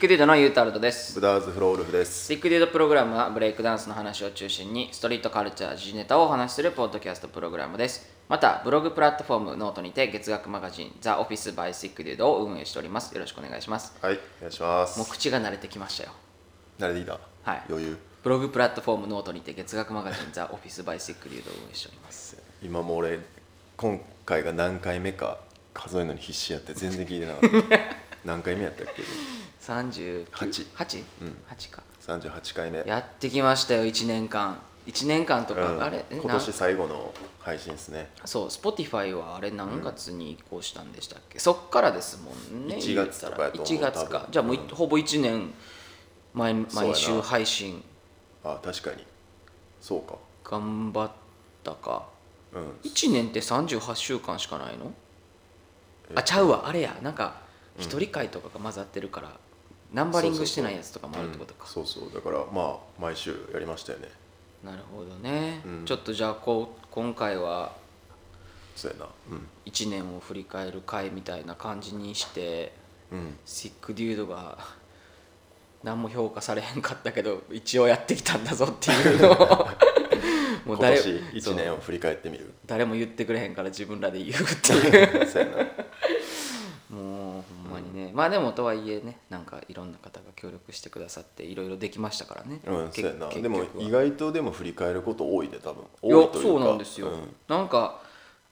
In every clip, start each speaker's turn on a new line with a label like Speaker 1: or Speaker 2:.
Speaker 1: クデュードのゆうたるとです
Speaker 2: ブダーズフロールフです。
Speaker 1: スティックデュードプログラムはブレイクダンスの話を中心にストリートカルチャー時事ネタをお話しするポッドキャストプログラムですまたブログプラットフォームノートにて月額マガジンザ・オフィス・バイ・スティックデュードを運営しておりますよろしくお願いします
Speaker 2: はい、お願いします。
Speaker 1: もう口が慣れてきましたよ
Speaker 2: 慣れてきた。
Speaker 1: はい
Speaker 2: 余裕。
Speaker 1: ブログプラットフォームノートにて月額マガジンザ・オフィス・バイ・スティックデュードを運営しております
Speaker 2: 今もう俺、今回が何回目か数えるのに必死やって全然聞いてなかった。何回目やったっけ
Speaker 1: 38 8 8か
Speaker 2: ?38 回目。
Speaker 1: やってきましたよ1年間1年間とか、
Speaker 2: うん
Speaker 1: あれえ
Speaker 2: 今
Speaker 1: な
Speaker 2: 年最後の配信ですね。
Speaker 1: そう Spotify はあれ何月に移行したんでしたっけ、そっからですもんね
Speaker 2: 1月とかやと思う
Speaker 1: 1月
Speaker 2: 多
Speaker 1: か
Speaker 2: 分
Speaker 1: じゃあもうい、
Speaker 2: うん
Speaker 1: ほぼ1年毎
Speaker 2: そうや
Speaker 1: 毎
Speaker 2: な
Speaker 1: 週配信
Speaker 2: あ、確かに。そうか。
Speaker 1: 頑張ったか
Speaker 2: うん。
Speaker 1: 1年って38週間しかないのあちゃうわあれやなんか一人会とかが混ざってるから、ナンバリングしてないやつとかもあるってことか、
Speaker 2: そうそう。だから、まあ、毎週やりましたよね。
Speaker 1: なるほどね、
Speaker 2: うん
Speaker 1: ちょっとじゃあこう今回は
Speaker 2: そうやな。うん。
Speaker 1: 1年を振り返る会みたいな感じにして
Speaker 2: うん。
Speaker 1: シックデュードが何も評価されへんかったけど一応やってきたんだぞってい うのをも
Speaker 2: 今
Speaker 1: う誰
Speaker 2: 年1年
Speaker 1: そう
Speaker 2: を振り返ってみる。
Speaker 1: 誰も言ってくれへんから自分らで言うっ ていう
Speaker 2: そうやな。
Speaker 1: もうほんまにね、まあでもとはいえねなんかいろんな方が協力してくださっていろいろできましたからね、
Speaker 2: うん、
Speaker 1: け
Speaker 2: そうやな
Speaker 1: 結
Speaker 2: でも
Speaker 1: 局は
Speaker 2: 意外とでも振り返ること多いで多分
Speaker 1: いや
Speaker 2: 多いというか
Speaker 1: そうなんですよ、
Speaker 2: うん
Speaker 1: なんか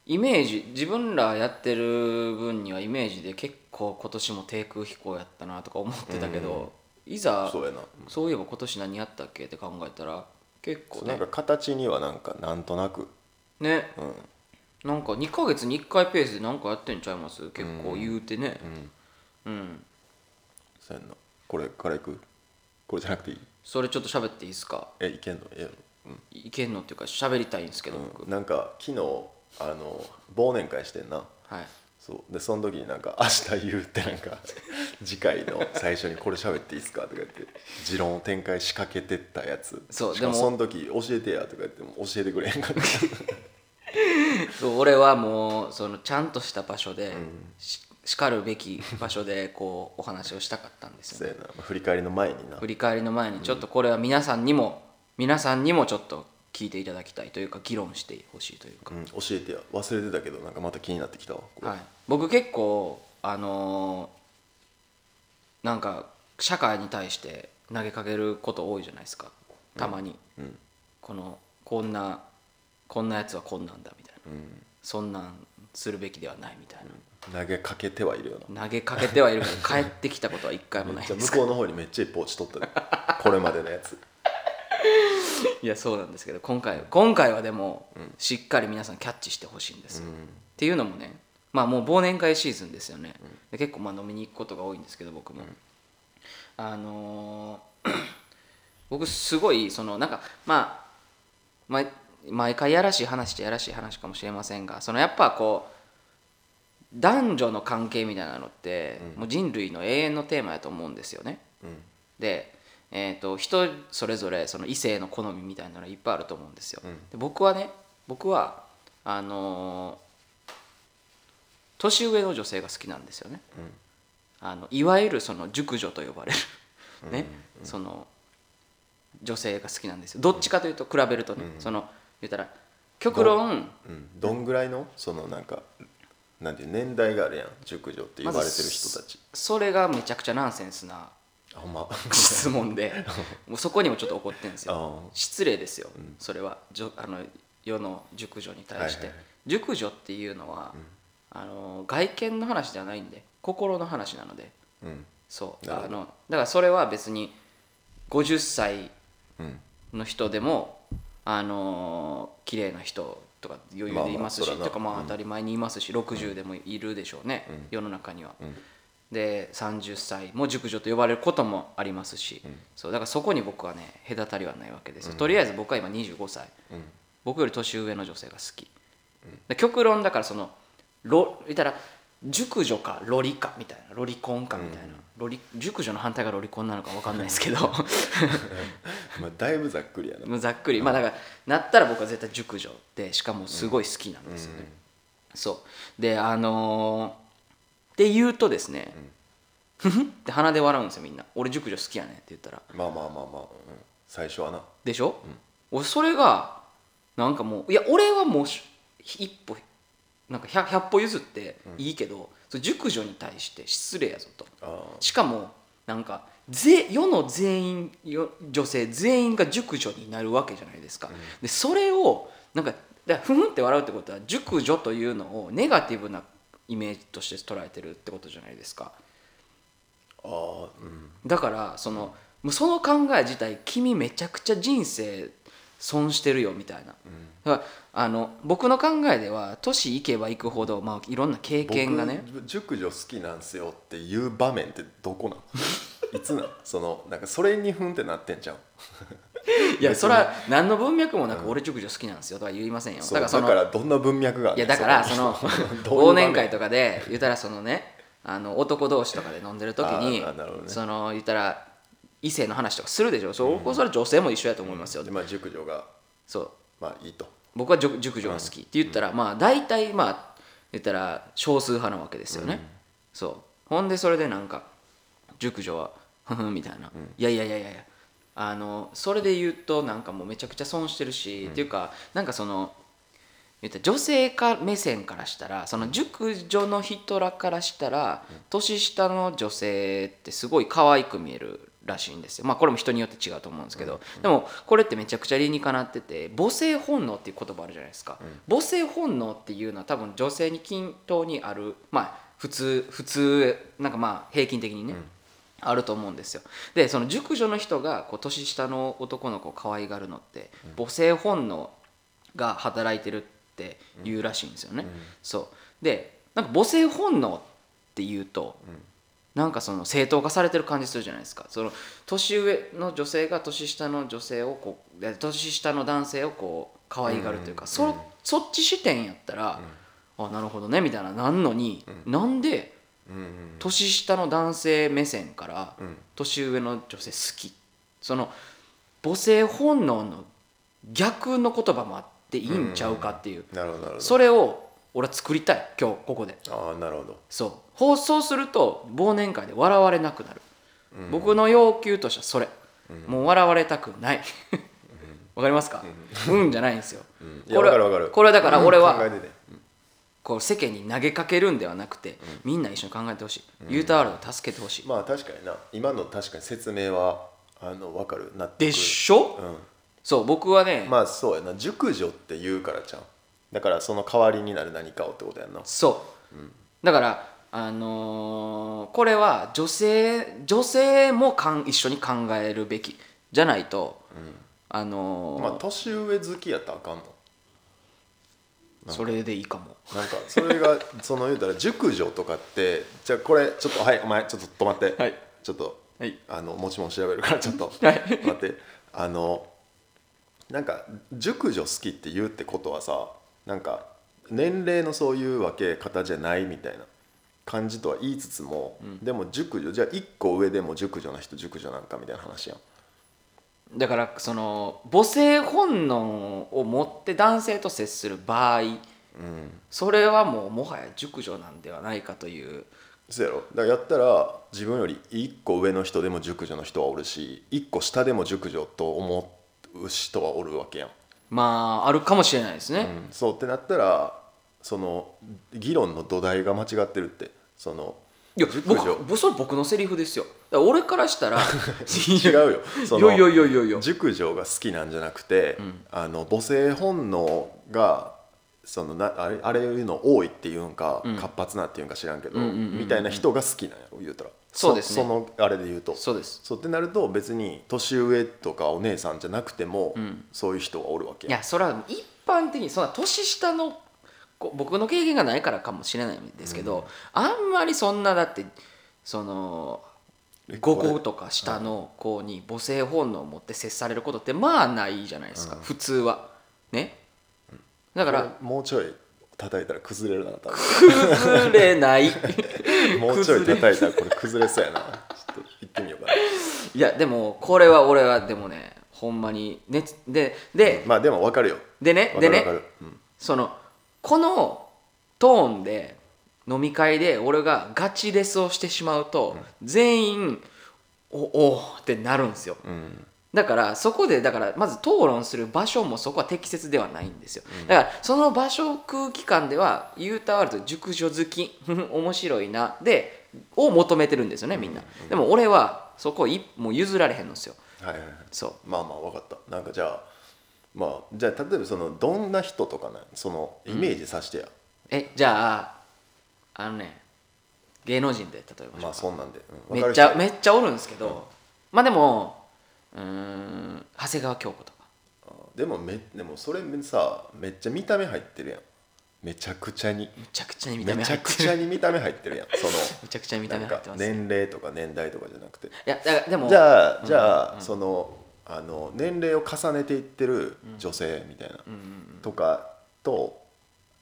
Speaker 1: イメージ自分らやってる分にはイメージで結構今年も低空飛行やったなとか思ってたけど、いざ
Speaker 2: そうやな
Speaker 1: そういえば今年何やったっけって考えたら結構
Speaker 2: な
Speaker 1: ね
Speaker 2: んか形にはなんかなんとなく、
Speaker 1: ね
Speaker 2: うん
Speaker 1: なんか2ヶ月に1回ペースで何かやってんちゃいます結構言うてね
Speaker 2: うん、
Speaker 1: うん、
Speaker 2: そうやんなこれからいくこれじゃなくていい
Speaker 1: それちょっと喋っていいですか
Speaker 2: えいけんのえうん
Speaker 1: いけんのっていうか喋りたいんですけど、
Speaker 2: う
Speaker 1: 僕
Speaker 2: ん、なんか昨日あの忘年会してんな
Speaker 1: はい
Speaker 2: そうでその時になんか「 明日言う」ってなんか次回の最初に「これ喋っていいですか?」とか言って持論を展開仕掛けてったやつ
Speaker 1: そう
Speaker 2: しかも
Speaker 1: でも
Speaker 2: その時「教えてや」とか言っても教えてくれへん かった
Speaker 1: そう俺はもうそのちゃんとした場所で、ししかるべき場所でこうお話をしたかったんです
Speaker 2: そ
Speaker 1: よ、
Speaker 2: う
Speaker 1: ね、
Speaker 2: やなまあ振り返りの前にな
Speaker 1: 振り返りの前にちょっとこれは皆さんにも、皆さんにもちょっと聞いていただきたいというか議論してほしいというか
Speaker 2: うん、教えてや忘れてたけどなんかまた気になってきたわこれ、
Speaker 1: はい、僕結構あのーなんか社会に対して投げかけること多いじゃないですかたまに、
Speaker 2: うん
Speaker 1: このこんなこんなやつはこんなんだみたいな
Speaker 2: うん、
Speaker 1: そんなんするべきではないみたい
Speaker 2: 投げかけてはいるよ
Speaker 1: な投げかけてはいる けど帰ってきたことは一回も
Speaker 2: なめ
Speaker 1: な
Speaker 2: っ
Speaker 1: い
Speaker 2: ちゃ
Speaker 1: で
Speaker 2: 向
Speaker 1: す
Speaker 2: こうの方にめっちゃ一歩落ちとったでこれまでのやつ
Speaker 1: いやそうなんですけど今回今回はでも、しっかり皆さんキャッチしてほしいんですよ、っていうのもねまあもう忘年会シーズンですよね、で結構まあ飲みに行くことが多いんですけど僕も、あのー 僕すごいそのなんかまあ毎毎回やらしい話ってやらしい話かもしれませんがそのやっぱこう男女の関係みたいなのって、もう人類の永遠のテーマやと思うんですよね、
Speaker 2: うん
Speaker 1: で、えー、と人それぞれその異性の好みみたいなのがいっぱいあると思うんですよ、
Speaker 2: うん
Speaker 1: で僕はね僕はあのー年上の女性が好きなんですよね
Speaker 2: うん
Speaker 1: あのいわゆるその熟女と呼ばれるね、その女性が好きなんですよどっちかというと比べるとね、その言ったら極論
Speaker 2: うん、どんぐらいのそのなんかなんていう年代があるやん熟女って言われてる人たち、
Speaker 1: それがめちゃくちゃナンセン スな
Speaker 2: あほんま
Speaker 1: 質問でもうそこにもちょっと怒ってるんですよ
Speaker 2: あ
Speaker 1: 失礼ですよ、それはじょあの世の熟女に対し
Speaker 2: は
Speaker 1: て、
Speaker 2: いはいはい
Speaker 1: 熟女っていうのは、あの外見の話ではないんで心の話なので
Speaker 2: ーうん
Speaker 1: そう
Speaker 2: なる
Speaker 1: あ
Speaker 2: ほど
Speaker 1: のだからそれは別に50歳
Speaker 2: うん
Speaker 1: の人でもあの綺麗な人とか余裕で言いますし、
Speaker 2: まあまあそらな
Speaker 1: とかまあ当たり前にいますし、60でもいるでしょうね、世の中には。
Speaker 2: ん
Speaker 1: で30歳も熟女と呼ばれることもありますし、そうだからそこに僕はね隔たりはないわけですよ、とりあえず僕は今25歳、
Speaker 2: うん
Speaker 1: 僕より年上の女性が好き、で極論だからそのロ言ったら熟女かロリかみたいなロリコンかみたいな、ロリ熟女の反対がロリコンなのか分かんないですけど
Speaker 2: まあ、だいぶざっくりやな
Speaker 1: もう ざっくりまあだからなったら僕は絶対熟女でしかもすごい好きなんですよね、そうであのー、で言うとですね、ふふって鼻で笑うんですよみんな俺熟女好きやねんって言ったら
Speaker 2: まあまあまあまあ、うん最初はな
Speaker 1: でしょ、俺それがなんかもういや俺はもうし一歩なんか 100, 歩譲っていいけど、それ熟女に対して失礼やぞと
Speaker 2: あ
Speaker 1: しかもなんかぜ世の全員よ女性全員が熟女になるわけじゃないですか、でそれをなんかだからふふんって笑うってことは熟女というのをネガティブなイメージとして捉えてるってことじゃないですか
Speaker 2: あーうん
Speaker 1: だからそのもうその考え自体君めちゃくちゃ人生損してるよみたいな、だからあの僕の考えでは年いけばいくほど、まあ、いろんな経験がね
Speaker 2: 僕熟女好きなんすよっていう場面ってどこな のいつなのそのなんかそれにふんってなってんじゃん
Speaker 1: いやそれは何の文脈もなく俺熟女好きなんですよとは言いませんよ、
Speaker 2: そう
Speaker 1: だから
Speaker 2: だ
Speaker 1: そ
Speaker 2: か
Speaker 1: の
Speaker 2: らどんな文脈があん
Speaker 1: い
Speaker 2: ね
Speaker 1: や
Speaker 2: ん
Speaker 1: だからその
Speaker 2: どういう場面
Speaker 1: 忘年会とかで言ったらそのねあの男同士とかで飲んでる時に
Speaker 2: あーなるほどね
Speaker 1: その言ったら異性の話とかするでしょそこそれ女性も一緒やと思いますよ、
Speaker 2: でまあ熟女が
Speaker 1: そう
Speaker 2: まあいいと
Speaker 1: 僕は熟熟女が好きって言ったら、まあ大体まあ言ったら少数派なわけですよね、そうほんでそれでなんか熟女はふふんみたいな、いやいやいやいやいやあのそれで言うとなんかもうめちゃくちゃ損してるし、っていうかなんかその言ったら女性か目線からしたらその熟女の人らからしたら、年下の女性ってすごい可愛く見えるらしいんですよまあこれも人によって違うと思うんですけど、でもこれってめちゃくちゃ理にかなってて母性本能っていう言葉あるじゃないですか、母性本能っていうのは多分女性に均等にあるまあ普通普通なんかまあ平均的にね、あると思うんですよでその熟女の人がこう年下の男の子を可愛がるのって母性本能が働いてるっていうらしいんですよね、そうでなんか母性本能っていうと、なんかその正当化されてる感じするじゃないですかその年上の女性が年下の女性をこうえ年下の男性をこう可愛がるというか、そそっち視点やったら、あなるほどねみたいななんのに、なんで
Speaker 2: うんうん
Speaker 1: 年下の男性目線から
Speaker 2: うん
Speaker 1: 年上の女性好きその母性本能の逆の言葉もあっていいんちゃうかっていう
Speaker 2: なるほどなるほど
Speaker 1: それを俺は作りたい今日ここで
Speaker 2: ああなるほど
Speaker 1: そう放送すると忘年会で笑われなくなる、僕の要求としてはそれ、もう笑われたくないわかりますか、うん、じゃないんですよ、
Speaker 2: いやわかるわかる
Speaker 1: これはだから俺は、
Speaker 2: うん考えてて
Speaker 1: こう世間に投げかけるんではなくて、みんな一緒に考えてほしい、ユータワールドを助けてほしい、
Speaker 2: まあ確かにな今の確かに説明はあの分かるなって
Speaker 1: でしょ、そう僕はね、
Speaker 2: まあそうやな熟女って言うからじゃんだからその代わりになる何かをってことやんな
Speaker 1: そう、だからあのーこれは女性女性もかん一緒に考えるべきじゃないと、あのー
Speaker 2: まあ年上好きやったらあかんの
Speaker 1: それでいいかも
Speaker 2: なんかそれがその言うたら熟女とかってじゃあこれちょっとはいお前ちょっと止まって、
Speaker 1: はい
Speaker 2: ちょっと
Speaker 1: はい
Speaker 2: あのもちもち調べるからちょっと、
Speaker 1: はい
Speaker 2: 待ってあのなんか熟女好きって言うってことはさなんか年齢のそういう分け方じゃないみたいな感じとは言いつつも、でも熟女じゃあ1個上でも熟女な人熟女なんかみたいな話やん
Speaker 1: だからその母性本能を持って男性と接する場合、それはもうもはや熟女なんではないかという
Speaker 2: そうやろだからやったら自分より1個上の人でも熟女の人はおるし1個下でも熟女と思う人はおるわけやん、
Speaker 1: まああるかもしれないですね、
Speaker 2: そうってなったらその議論の土台が間違ってるってその
Speaker 1: いや
Speaker 2: 熟女
Speaker 1: 僕それ僕のセリフですよだから俺からしたら違
Speaker 2: 違うよその
Speaker 1: いやいやいやいやいや
Speaker 2: 熟女が好きなんじゃなくて、あの母性本能がそのなあれあれいうの多いっていうんか、活発なっていうんか知らんけど、
Speaker 1: うんうんうんうん
Speaker 2: みたいな人が好きなんやろ言うたら
Speaker 1: そうですね
Speaker 2: そのあれで言うと
Speaker 1: そうです
Speaker 2: そうってなると別に年上とかお姉さんじゃなくても、
Speaker 1: ん
Speaker 2: そういう人はおるわけ
Speaker 1: いやそれは一般的にそんな年下のこ僕の経験がないからかもしれないんですけど、あんまりそんなだってその
Speaker 2: え
Speaker 1: 5
Speaker 2: これ
Speaker 1: 個とか下の子に母性本能を持って接されることってまあないじゃないですか、普通はねだから
Speaker 2: これもうちょい叩いたら崩れるな 多
Speaker 1: 崩れない
Speaker 2: 分もうちょい叩いたらこれ崩れそうやなちょっと行ってみよ うか
Speaker 1: いやでもこれは俺はでもねほんまにねでで
Speaker 2: な、まあでも分かるよ
Speaker 1: でね
Speaker 2: 分か
Speaker 1: で
Speaker 2: る分
Speaker 1: ね
Speaker 2: かる、うん
Speaker 1: そのこのトーンで飲み会で俺がガチレスをしてしまうと、全員おおーってなるんですよ、
Speaker 2: うん
Speaker 1: だからそこでだからまず討論する場所もそこは適切ではないんですよ、だからその場所空気感では言うたわると熟女好き 面白いなでを求めてるんですよねみんな、でも俺はそこいもう譲られへんのですよ
Speaker 2: はいはいはい
Speaker 1: そう
Speaker 2: まあまあ分かったなんかじゃあまあじゃあ例えばそのどんな人とかなんそのイメージさしてや、
Speaker 1: えじゃああのね芸能人で例えば、
Speaker 2: まあそんなんで、うん、
Speaker 1: めっちゃ
Speaker 2: 分かる
Speaker 1: めっちゃおるんですけど、まあでもうーん長谷川京子とか
Speaker 2: 人あでもめでもそれさめっちゃ見た目入ってるやんめちゃくちゃに
Speaker 1: むちゃくちゃに見た目
Speaker 2: めち
Speaker 1: 入
Speaker 2: ゃ
Speaker 1: って
Speaker 2: く
Speaker 1: る
Speaker 2: ちゃに見た目入ってるやんその
Speaker 1: むちゃくちゃに見た
Speaker 2: な
Speaker 1: 目
Speaker 2: ん
Speaker 1: 入
Speaker 2: か
Speaker 1: ってます、
Speaker 2: 年齢とか年代とかじゃなくて
Speaker 1: いやだからでも
Speaker 2: じゃあじゃあ、そのあの年齢を重ねていってる女性みたいな、とかと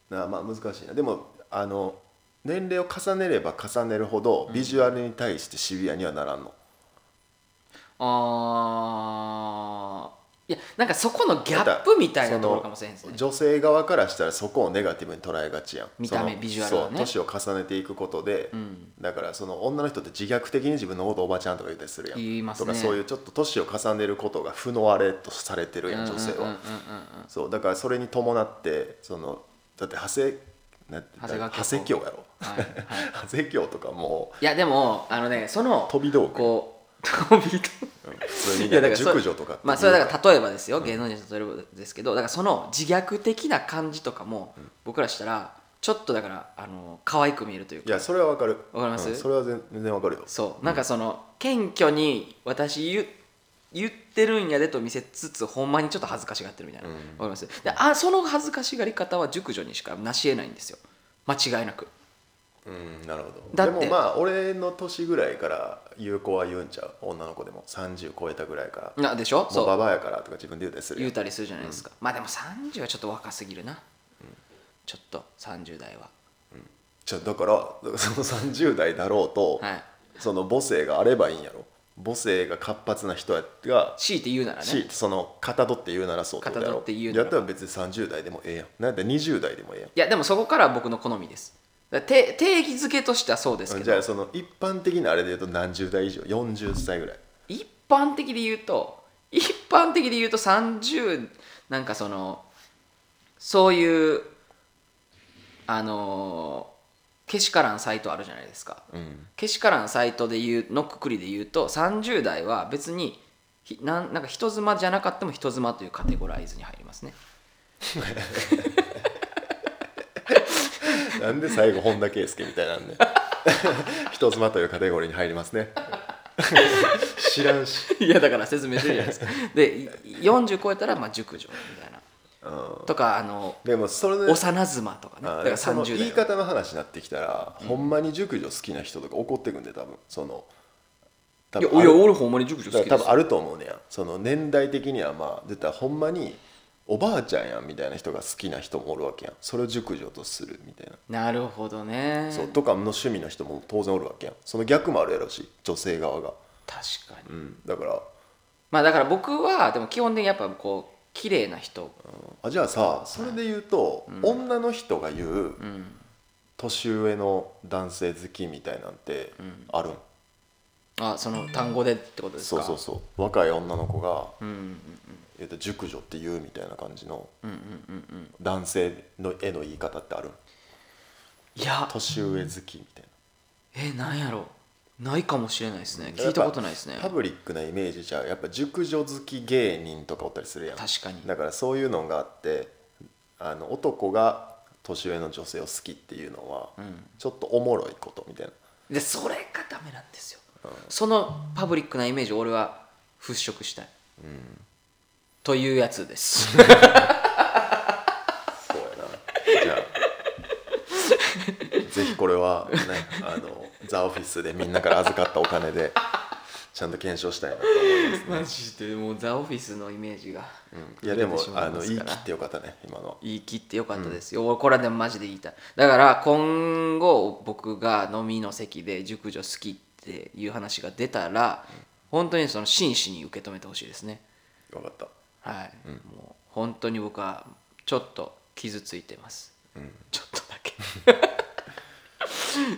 Speaker 2: なまあ難しいなでもあの年齢を重ねれば重ねるほどビジュアルに対してシビアにはならんの、
Speaker 1: あーいやなんかそこのギャップみたいなところかもしれないです
Speaker 2: そ
Speaker 1: ね
Speaker 2: の女性側からしたらそこをネガティブに捉えがちやん
Speaker 1: 見た目
Speaker 2: その
Speaker 1: ビジュアルはね
Speaker 2: そう年を重ねていくことで、
Speaker 1: ん
Speaker 2: だからその女の人って自虐的に自分のことをおばちゃんとか言ったりするやん
Speaker 1: 言いますね
Speaker 2: とかそういうちょっと年を重ねることが負のあれとされてるやん女性は、
Speaker 1: うんうんうんうん
Speaker 2: そうだからそれに伴ってそのだって長谷なんて
Speaker 1: 長谷川京子
Speaker 2: 長谷京やろ
Speaker 1: はいはい
Speaker 2: 長谷京とかも
Speaker 1: いやでもあのねその
Speaker 2: う飛び道具、
Speaker 1: こう飛び道
Speaker 2: うん普通に
Speaker 1: いやだ
Speaker 2: ね
Speaker 1: からそう
Speaker 2: 熟女とかって
Speaker 1: まあそれはだから例えばですよ、芸能人の例えばですけどだからその自虐的な感じとかも僕らしたらちょっとだからあの可愛く見えるという
Speaker 2: い
Speaker 1: か
Speaker 2: やそれはわかる
Speaker 1: わかります
Speaker 2: うんそれは全全然わかるよ
Speaker 1: そうなんかその謙虚に私言言ってるんやでと見せつつほんまにちょっと恥ずかしがってるみたいな、
Speaker 2: うん
Speaker 1: わかりますであその恥ずかしがり方は熟女にしかなし得ないんですよ間違いなく
Speaker 2: うんなるほ
Speaker 1: だ
Speaker 2: ど
Speaker 1: っ
Speaker 2: で
Speaker 1: て
Speaker 2: もまあ俺の年ぐらいから有効は言うんちゃう女の子でも30超えたぐらいから
Speaker 1: なでしょ
Speaker 2: もう
Speaker 1: そ
Speaker 2: バ
Speaker 1: う
Speaker 2: バアやからとか自分で言うたりする
Speaker 1: 言
Speaker 2: や
Speaker 1: うんたりするじゃないですか、まあでも30はちょっと若すぎるな、ちょっと30代は
Speaker 2: じゃだからだからその30代だろうと、
Speaker 1: はい
Speaker 2: その母性があればいいんやろ母性が活発な人やが
Speaker 1: 強いて言うならね
Speaker 2: しそのかたどって言うならそうってことやろ
Speaker 1: かたどって言うなら
Speaker 2: やったら別に30代でもええやんなんだ20代でもええやん
Speaker 1: いやでもそこから僕の好みですだからて定義づけとしてはそうですけ
Speaker 2: じゃあ
Speaker 1: ど
Speaker 2: その一般的なあれで言うと何十代以上40歳ぐらい
Speaker 1: 一般的で言うと一般的で言うと30なんかそのそういうあのーけしからんサイトあるじゃないですか
Speaker 2: うん
Speaker 1: けしからんサイトで言うのくくりで言うと30代は別にひなんなんか人妻じゃなかったも人妻というカテゴライズに入りますね
Speaker 2: なんで最後本田圭佑みたい なんで人妻というカテゴリーに入りますね知らんし、
Speaker 1: いやだから説明するじゃないですか でい40超えたらまあ熟女みたいな
Speaker 2: うん、
Speaker 1: とかあの
Speaker 2: でもそれで
Speaker 1: 幼妻とかねだ
Speaker 2: あ
Speaker 1: か
Speaker 2: ー
Speaker 1: ら
Speaker 2: その
Speaker 1: 30代
Speaker 2: 言い方の話になってきたら、ほんまに熟女好きな人とか怒ってくんで多分その多
Speaker 1: いや
Speaker 2: 分ある
Speaker 1: 俺ほんまに熟女
Speaker 2: だ
Speaker 1: 好
Speaker 2: か
Speaker 1: き
Speaker 2: ら多
Speaker 1: です
Speaker 2: 分あると思うねやその年代的にはまあ絶対ほんまにおばあちゃんやんみたいな人が好きな人もおるわけやんそれを熟女とするみたいな、
Speaker 1: なるほどね
Speaker 2: そうとかの趣味の人も当然おるわけやんその逆もあるやろし女性側が、
Speaker 1: 確かに
Speaker 2: うん、だから
Speaker 1: まあだから僕はでも基本的にやっぱこう綺麗な人
Speaker 2: あじゃあさそれで言うと、女の人が言う、
Speaker 1: うん
Speaker 2: 年上の男性好きみたいなんてあるん、
Speaker 1: あその単語でってことです
Speaker 2: そう
Speaker 1: か
Speaker 2: そうそう若い女の子が、
Speaker 1: うんうん
Speaker 2: えっと、熟女って言うみたいな感じの
Speaker 1: うんうんうんうんうん
Speaker 2: 男性の絵の言い方ってあるん
Speaker 1: いや
Speaker 2: 年上好きみたいな
Speaker 1: えなんやろないかもしれないですね聞いたことないですね
Speaker 2: パブリックなイメージじゃやっぱ熟女好き芸人とかおったりするやん
Speaker 1: 確かに
Speaker 2: だからそういうのがあってあの男が年上の女性を好きっていうのは、
Speaker 1: ん
Speaker 2: ちょっとおもろいことみたいな
Speaker 1: でそれがダメなんですよそのパブリックなイメージを俺は払拭したいというやつです
Speaker 2: そうやなじゃあ ぜひこれはねあのザ・オフィスでみんなから預かったお金でちゃんと検証したいなと思いますね、
Speaker 1: マジでもうザ・オフィスのイメージが
Speaker 2: いやでも
Speaker 1: 出てしま
Speaker 2: あ
Speaker 1: いま
Speaker 2: の
Speaker 1: す
Speaker 2: 言い
Speaker 1: から
Speaker 2: 切ってよかったね今の
Speaker 1: 言い切ってよかったですよ、俺これはでもマジで言いたいだから今後僕が飲みの席で熟女好きっていう話が出たら本当にその真摯に受け止めてほしいですね
Speaker 2: 分かった
Speaker 1: はい、もう本当に僕はちょっと傷ついてます、ちょっとだけ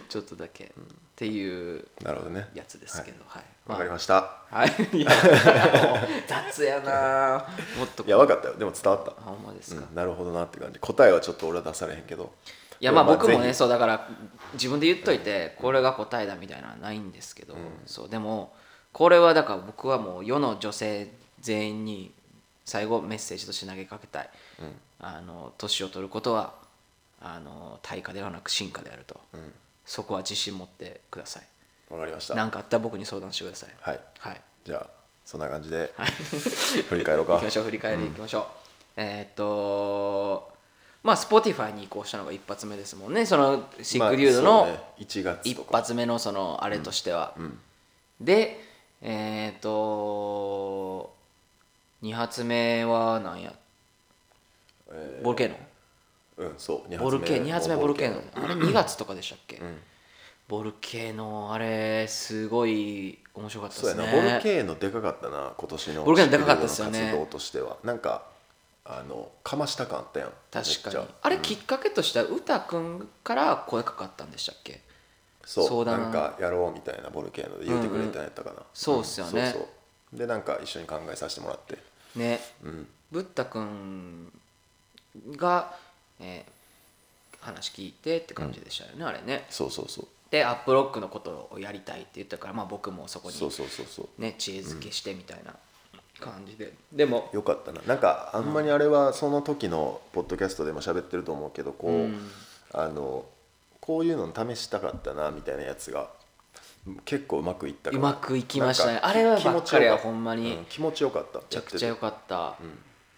Speaker 1: ちょっとだけ、っていう
Speaker 2: なるほどね
Speaker 1: やつですけど、はい
Speaker 2: わかりま
Speaker 1: し
Speaker 2: した
Speaker 1: た、はい、いや雑やなもっと
Speaker 2: いやわかったよでも伝わった
Speaker 1: あほんまですか、
Speaker 2: うん、なるほどなって感じ答えはちょっと俺は出されへんけど
Speaker 1: いやまあ
Speaker 2: で
Speaker 1: 僕も
Speaker 2: ぜ
Speaker 1: ね
Speaker 2: ひ
Speaker 1: そうだから自分で言っといてこれが答えだみたいなのはないんですけど、そうでもこれはだから僕はもう世の女性全員に最後メッセージとして投げかけたい、あの年を取ることはあの対価ではなく進化であると、そこは自信持ってください
Speaker 2: わかりました
Speaker 1: 何かあったら僕に相談してください
Speaker 2: はい
Speaker 1: はい
Speaker 2: じゃあそんな感じで振り返ろうか
Speaker 1: いきましょう振り返りいきましょう、えーっとまあ Spotify に移行したのが一発目ですもんねそのシックリュードの、
Speaker 2: まあそうね1月
Speaker 1: 一
Speaker 2: とか
Speaker 1: 発目のそのあれとしては、でえっ、と2発目は何や、
Speaker 2: え
Speaker 1: ボルケーノ
Speaker 2: うんそう2
Speaker 1: ボルケ
Speaker 2: 目
Speaker 1: 2発目ボルケーノあれ2月とかでしたっけ、
Speaker 2: ん
Speaker 1: ボルケーノあれすごい面白かったで
Speaker 2: そう
Speaker 1: す
Speaker 2: や
Speaker 1: ね
Speaker 2: なボルケーノでかかったな今年の
Speaker 1: ボルケーノでかかったっすよね
Speaker 2: 活動としてはなんかあのかました感あったやん
Speaker 1: 確
Speaker 2: め
Speaker 1: か
Speaker 2: っ
Speaker 1: に
Speaker 2: ちゃ
Speaker 1: あれきっかけとしては歌くんから声かかったんでしたっけ
Speaker 2: そう
Speaker 1: そうだな
Speaker 2: なんかやろうみたいなボルケーノで言うてくれたんやったかな、
Speaker 1: そうっすよね
Speaker 2: んそうそうでなんか一緒に考えさせてもらって
Speaker 1: ね
Speaker 2: うん
Speaker 1: ブッダくんが、えー話聞いてって感じでしたよね、あれね
Speaker 2: そうそうそう
Speaker 1: でアップロックのことをやりたいって言ったから、まあ、僕もそこ
Speaker 2: そう
Speaker 1: に、
Speaker 2: そうそうそう
Speaker 1: ね、知恵づけしてみたいな感じで、でも
Speaker 2: よかったななんかあんまりあれはその時のポッドキャストでも喋ってると思うけどこう、
Speaker 1: うん
Speaker 2: あのこういうの試したかったなみたいなやつが結構うまくいった
Speaker 1: う
Speaker 2: ら
Speaker 1: まくいきましたね
Speaker 2: なんか
Speaker 1: あれは
Speaker 2: 気
Speaker 1: ば
Speaker 2: 持
Speaker 1: っ
Speaker 2: ち
Speaker 1: か
Speaker 2: よ
Speaker 1: り
Speaker 2: か
Speaker 1: は
Speaker 2: った
Speaker 1: ほんまに
Speaker 2: うん気持ちよかっため
Speaker 1: めちゃくちゃ良
Speaker 2: かっ
Speaker 1: かった、
Speaker 2: ん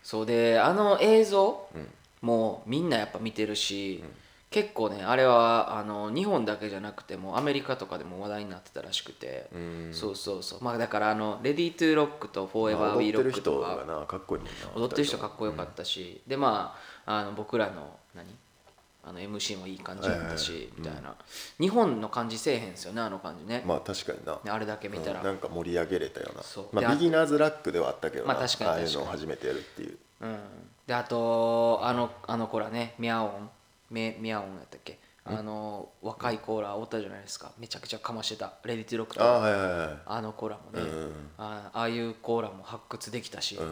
Speaker 1: そうであの映像、
Speaker 2: ん
Speaker 1: もうみんなやっぱ見てるし、結構ねあれはあの日本だけじゃなくてもアメリカとかでも話題になってたらしくて、
Speaker 2: うん
Speaker 1: そうそうそうまあだからあの「レディー・トゥ・ロック」と「フォーエバー・ウィー・ロック」と
Speaker 2: まあ踊ってる
Speaker 1: か
Speaker 2: 人がなかっこいいもんな
Speaker 1: 踊ってる人かっこよかったし、でまああの僕らの何あの MC もいい感じだったし、
Speaker 2: はいはいはい
Speaker 1: みたいな、日本の感じせえへんすよねあの感じね、
Speaker 2: まあ確かにな
Speaker 1: ねあれだけ見たら、
Speaker 2: うんなんか盛り上げれたような
Speaker 1: そう
Speaker 2: ま
Speaker 1: で
Speaker 2: あ
Speaker 1: あ
Speaker 2: ビギナーズラックではあったけどな、
Speaker 1: まあ確かに
Speaker 2: ああいう
Speaker 1: 確
Speaker 2: の
Speaker 1: か
Speaker 2: を
Speaker 1: に
Speaker 2: 初めてやるっていう
Speaker 1: うん、であとあのあの子らねミャオンミミャオンやったっけあの若い子らおったじゃないですかめちゃくちゃかましてたレディ・トゥ・ロックと
Speaker 2: あ
Speaker 1: か
Speaker 2: あはいはいはい
Speaker 1: あの子らもね、
Speaker 2: うん
Speaker 1: あああいう子らも発掘できたし、
Speaker 2: う
Speaker 1: い
Speaker 2: ん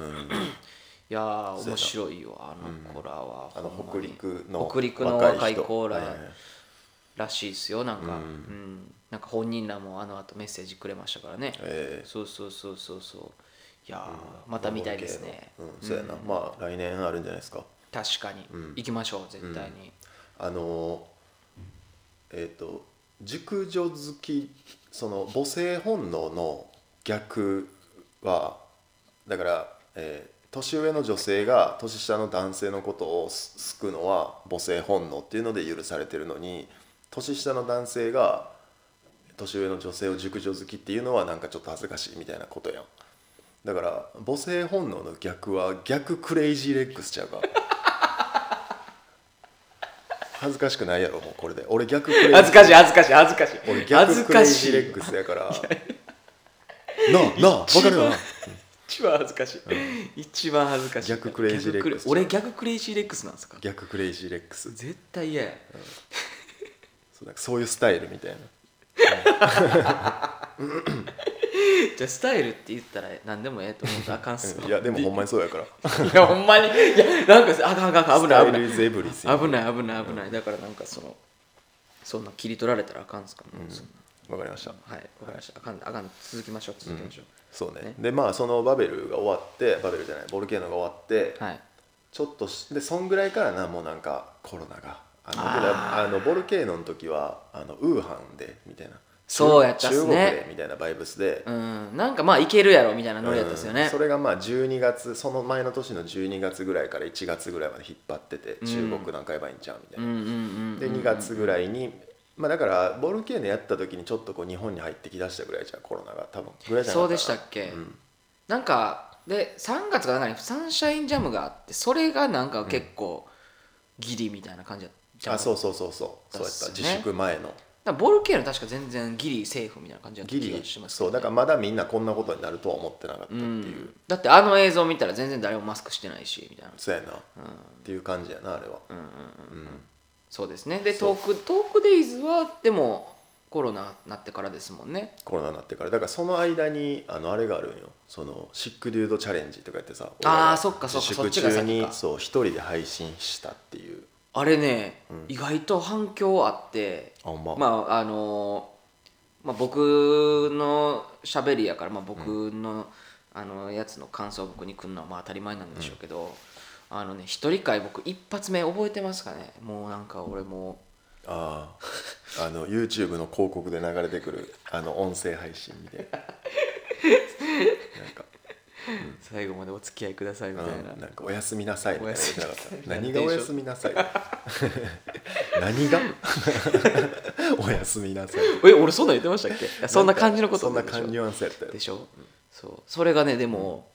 Speaker 1: やー面白いよあの子らは、
Speaker 2: あの
Speaker 1: ほんま
Speaker 2: 北
Speaker 1: に
Speaker 2: 陸の
Speaker 1: 北陸の若い
Speaker 2: 人
Speaker 1: 子ら
Speaker 2: はいはいはい
Speaker 1: らしいですよなんか、
Speaker 2: う
Speaker 1: うんんなんか本人らもあの後メッセージくれましたからね、
Speaker 2: ええ
Speaker 1: そうそうそうそうそういやーまた見たいですね、
Speaker 2: うん、そうやな、まあ来年あるんじゃないですか
Speaker 1: 確かに、行きましょう絶対に、
Speaker 2: あのーえっ、と熟女好きその母性本能の逆はだから、えー年上の女性が年下の男性のことをすすくのは母性本能っていうので許されてるのに年下の男性が年上の女性を熟女好きっていうのはなんかちょっと恥ずかしいみたいなことやんだから母性本能の逆は逆クレイジーレッグスちゃうか 恥ずかしくないやろもうこれで俺逆クレイジー
Speaker 1: 恥ずかしい恥ずかしい恥ずかし
Speaker 2: 俺
Speaker 1: い恥
Speaker 2: 逆
Speaker 1: ず
Speaker 2: クレ
Speaker 1: か
Speaker 2: イ
Speaker 1: し
Speaker 2: ジーレ
Speaker 1: い
Speaker 2: ッグスやからなあなあわかるよな
Speaker 1: 一番恥ずかしい、一番恥ずかしい
Speaker 2: 逆クレイジーレックス
Speaker 1: 逆俺逆クレイジーレックスなんですか
Speaker 2: 逆クレイジーレッグス
Speaker 1: 絶対嫌や
Speaker 2: そうなんかそういうスタイルみたいな
Speaker 1: じゃあスタイルって言ったら何でもええと思ったらあかんっす
Speaker 2: う
Speaker 1: よ
Speaker 2: んいやでもほんまにそうやから
Speaker 1: いやほんまにいやなんかあかんあかんあかん危ない
Speaker 2: ス
Speaker 1: 危
Speaker 2: タ
Speaker 1: な
Speaker 2: イ
Speaker 1: い
Speaker 2: ルイズエブリス
Speaker 1: 危ない危ない危ないだからなんかそのそんな切り取られたらあかんっすから、ねそん
Speaker 2: わかりました
Speaker 1: なはいわかりましたあかんあかん続きましょう続きましょう、
Speaker 2: そうね
Speaker 1: ね
Speaker 2: でまあそのバベルが終わってバベルじゃないボルケーノが終わって、
Speaker 1: はい
Speaker 2: ちょっとしでそんぐらいからなもうなんかコロナがあの
Speaker 1: あー
Speaker 2: けどあのボルケーノの時はあのウーハンでみたいな
Speaker 1: そうやったっすね
Speaker 2: 中国でみたいなバイブスで、
Speaker 1: うんなんかまあいけるやろみたいなノリだったっすよね、
Speaker 2: うんそれがまあ12月その前の年の12月ぐらいから1月ぐらいまで引っ張ってて、
Speaker 1: ん
Speaker 2: 中国なんかやばいんちゃうみたい
Speaker 1: うん
Speaker 2: な、
Speaker 1: うんうん
Speaker 2: で2月ぐらいに、まあ、だからボルケーノやった時にちょっとこう日本に入ってきだしたぐらいじゃんコロナが多分ぐらいじゃなかった
Speaker 1: そうで
Speaker 2: かな
Speaker 1: したっけ、
Speaker 2: ん
Speaker 1: なんかで3月が何サンシャインジャムがあってそれがなんか結構ギリみたいな感じだった、
Speaker 2: あそううそうそうそうそうやっ
Speaker 1: だ
Speaker 2: た
Speaker 1: っす
Speaker 2: 自
Speaker 1: ね
Speaker 2: 粛前の
Speaker 1: ボルケーノ確か全然ギリセーフみたいな感じだった
Speaker 2: ギ
Speaker 1: 気
Speaker 2: リ
Speaker 1: がしますけ
Speaker 2: そ
Speaker 1: ど
Speaker 2: うだからまだみんなこんなことになるとは思ってなかったっていうう、
Speaker 1: んだってあの映像見たら全然誰もマスクしてないしみたいな
Speaker 2: そうやな、っていう感じやなあれは、
Speaker 1: うんうんうんそうですねで
Speaker 2: そう
Speaker 1: トークトークデイズはでもコロナになってからですもんね
Speaker 2: コロナになってからだからその間にあのあれがあるんよそのシックデュードチャレンジとかやってさ
Speaker 1: あー
Speaker 2: 俺ら
Speaker 1: そっかそっか
Speaker 2: 自
Speaker 1: そ
Speaker 2: 粛
Speaker 1: っちが先
Speaker 2: 中
Speaker 1: か
Speaker 2: にそう一人で配信したっていう
Speaker 1: あれね、
Speaker 2: うん
Speaker 1: 意外と反響あって
Speaker 2: あほんま
Speaker 1: まああのーまあ、僕のしゃべりやから、まあ、僕の,、あのやつの感想を僕に来るのはまあ当たり前なんでしょうけど、あのね一人会僕一発目覚えてますかねもうなんか俺も
Speaker 2: あーあの YouTube の広告で流れてくるあの音声配信みたいななんか
Speaker 1: 最後までお付き合いくださいみたいな、
Speaker 2: うんなんかおやすみなさいみたいな言ってなかっ
Speaker 1: おやすみ
Speaker 2: た
Speaker 1: なさい
Speaker 2: 何がおやすみなさい何が おやすみなさい
Speaker 1: え俺そんなん言ってましたっけいやそんな感じのこと
Speaker 2: そんな
Speaker 1: でしょ
Speaker 2: 感じニュアンスやったよ
Speaker 1: でしょ、そうそれがねでも、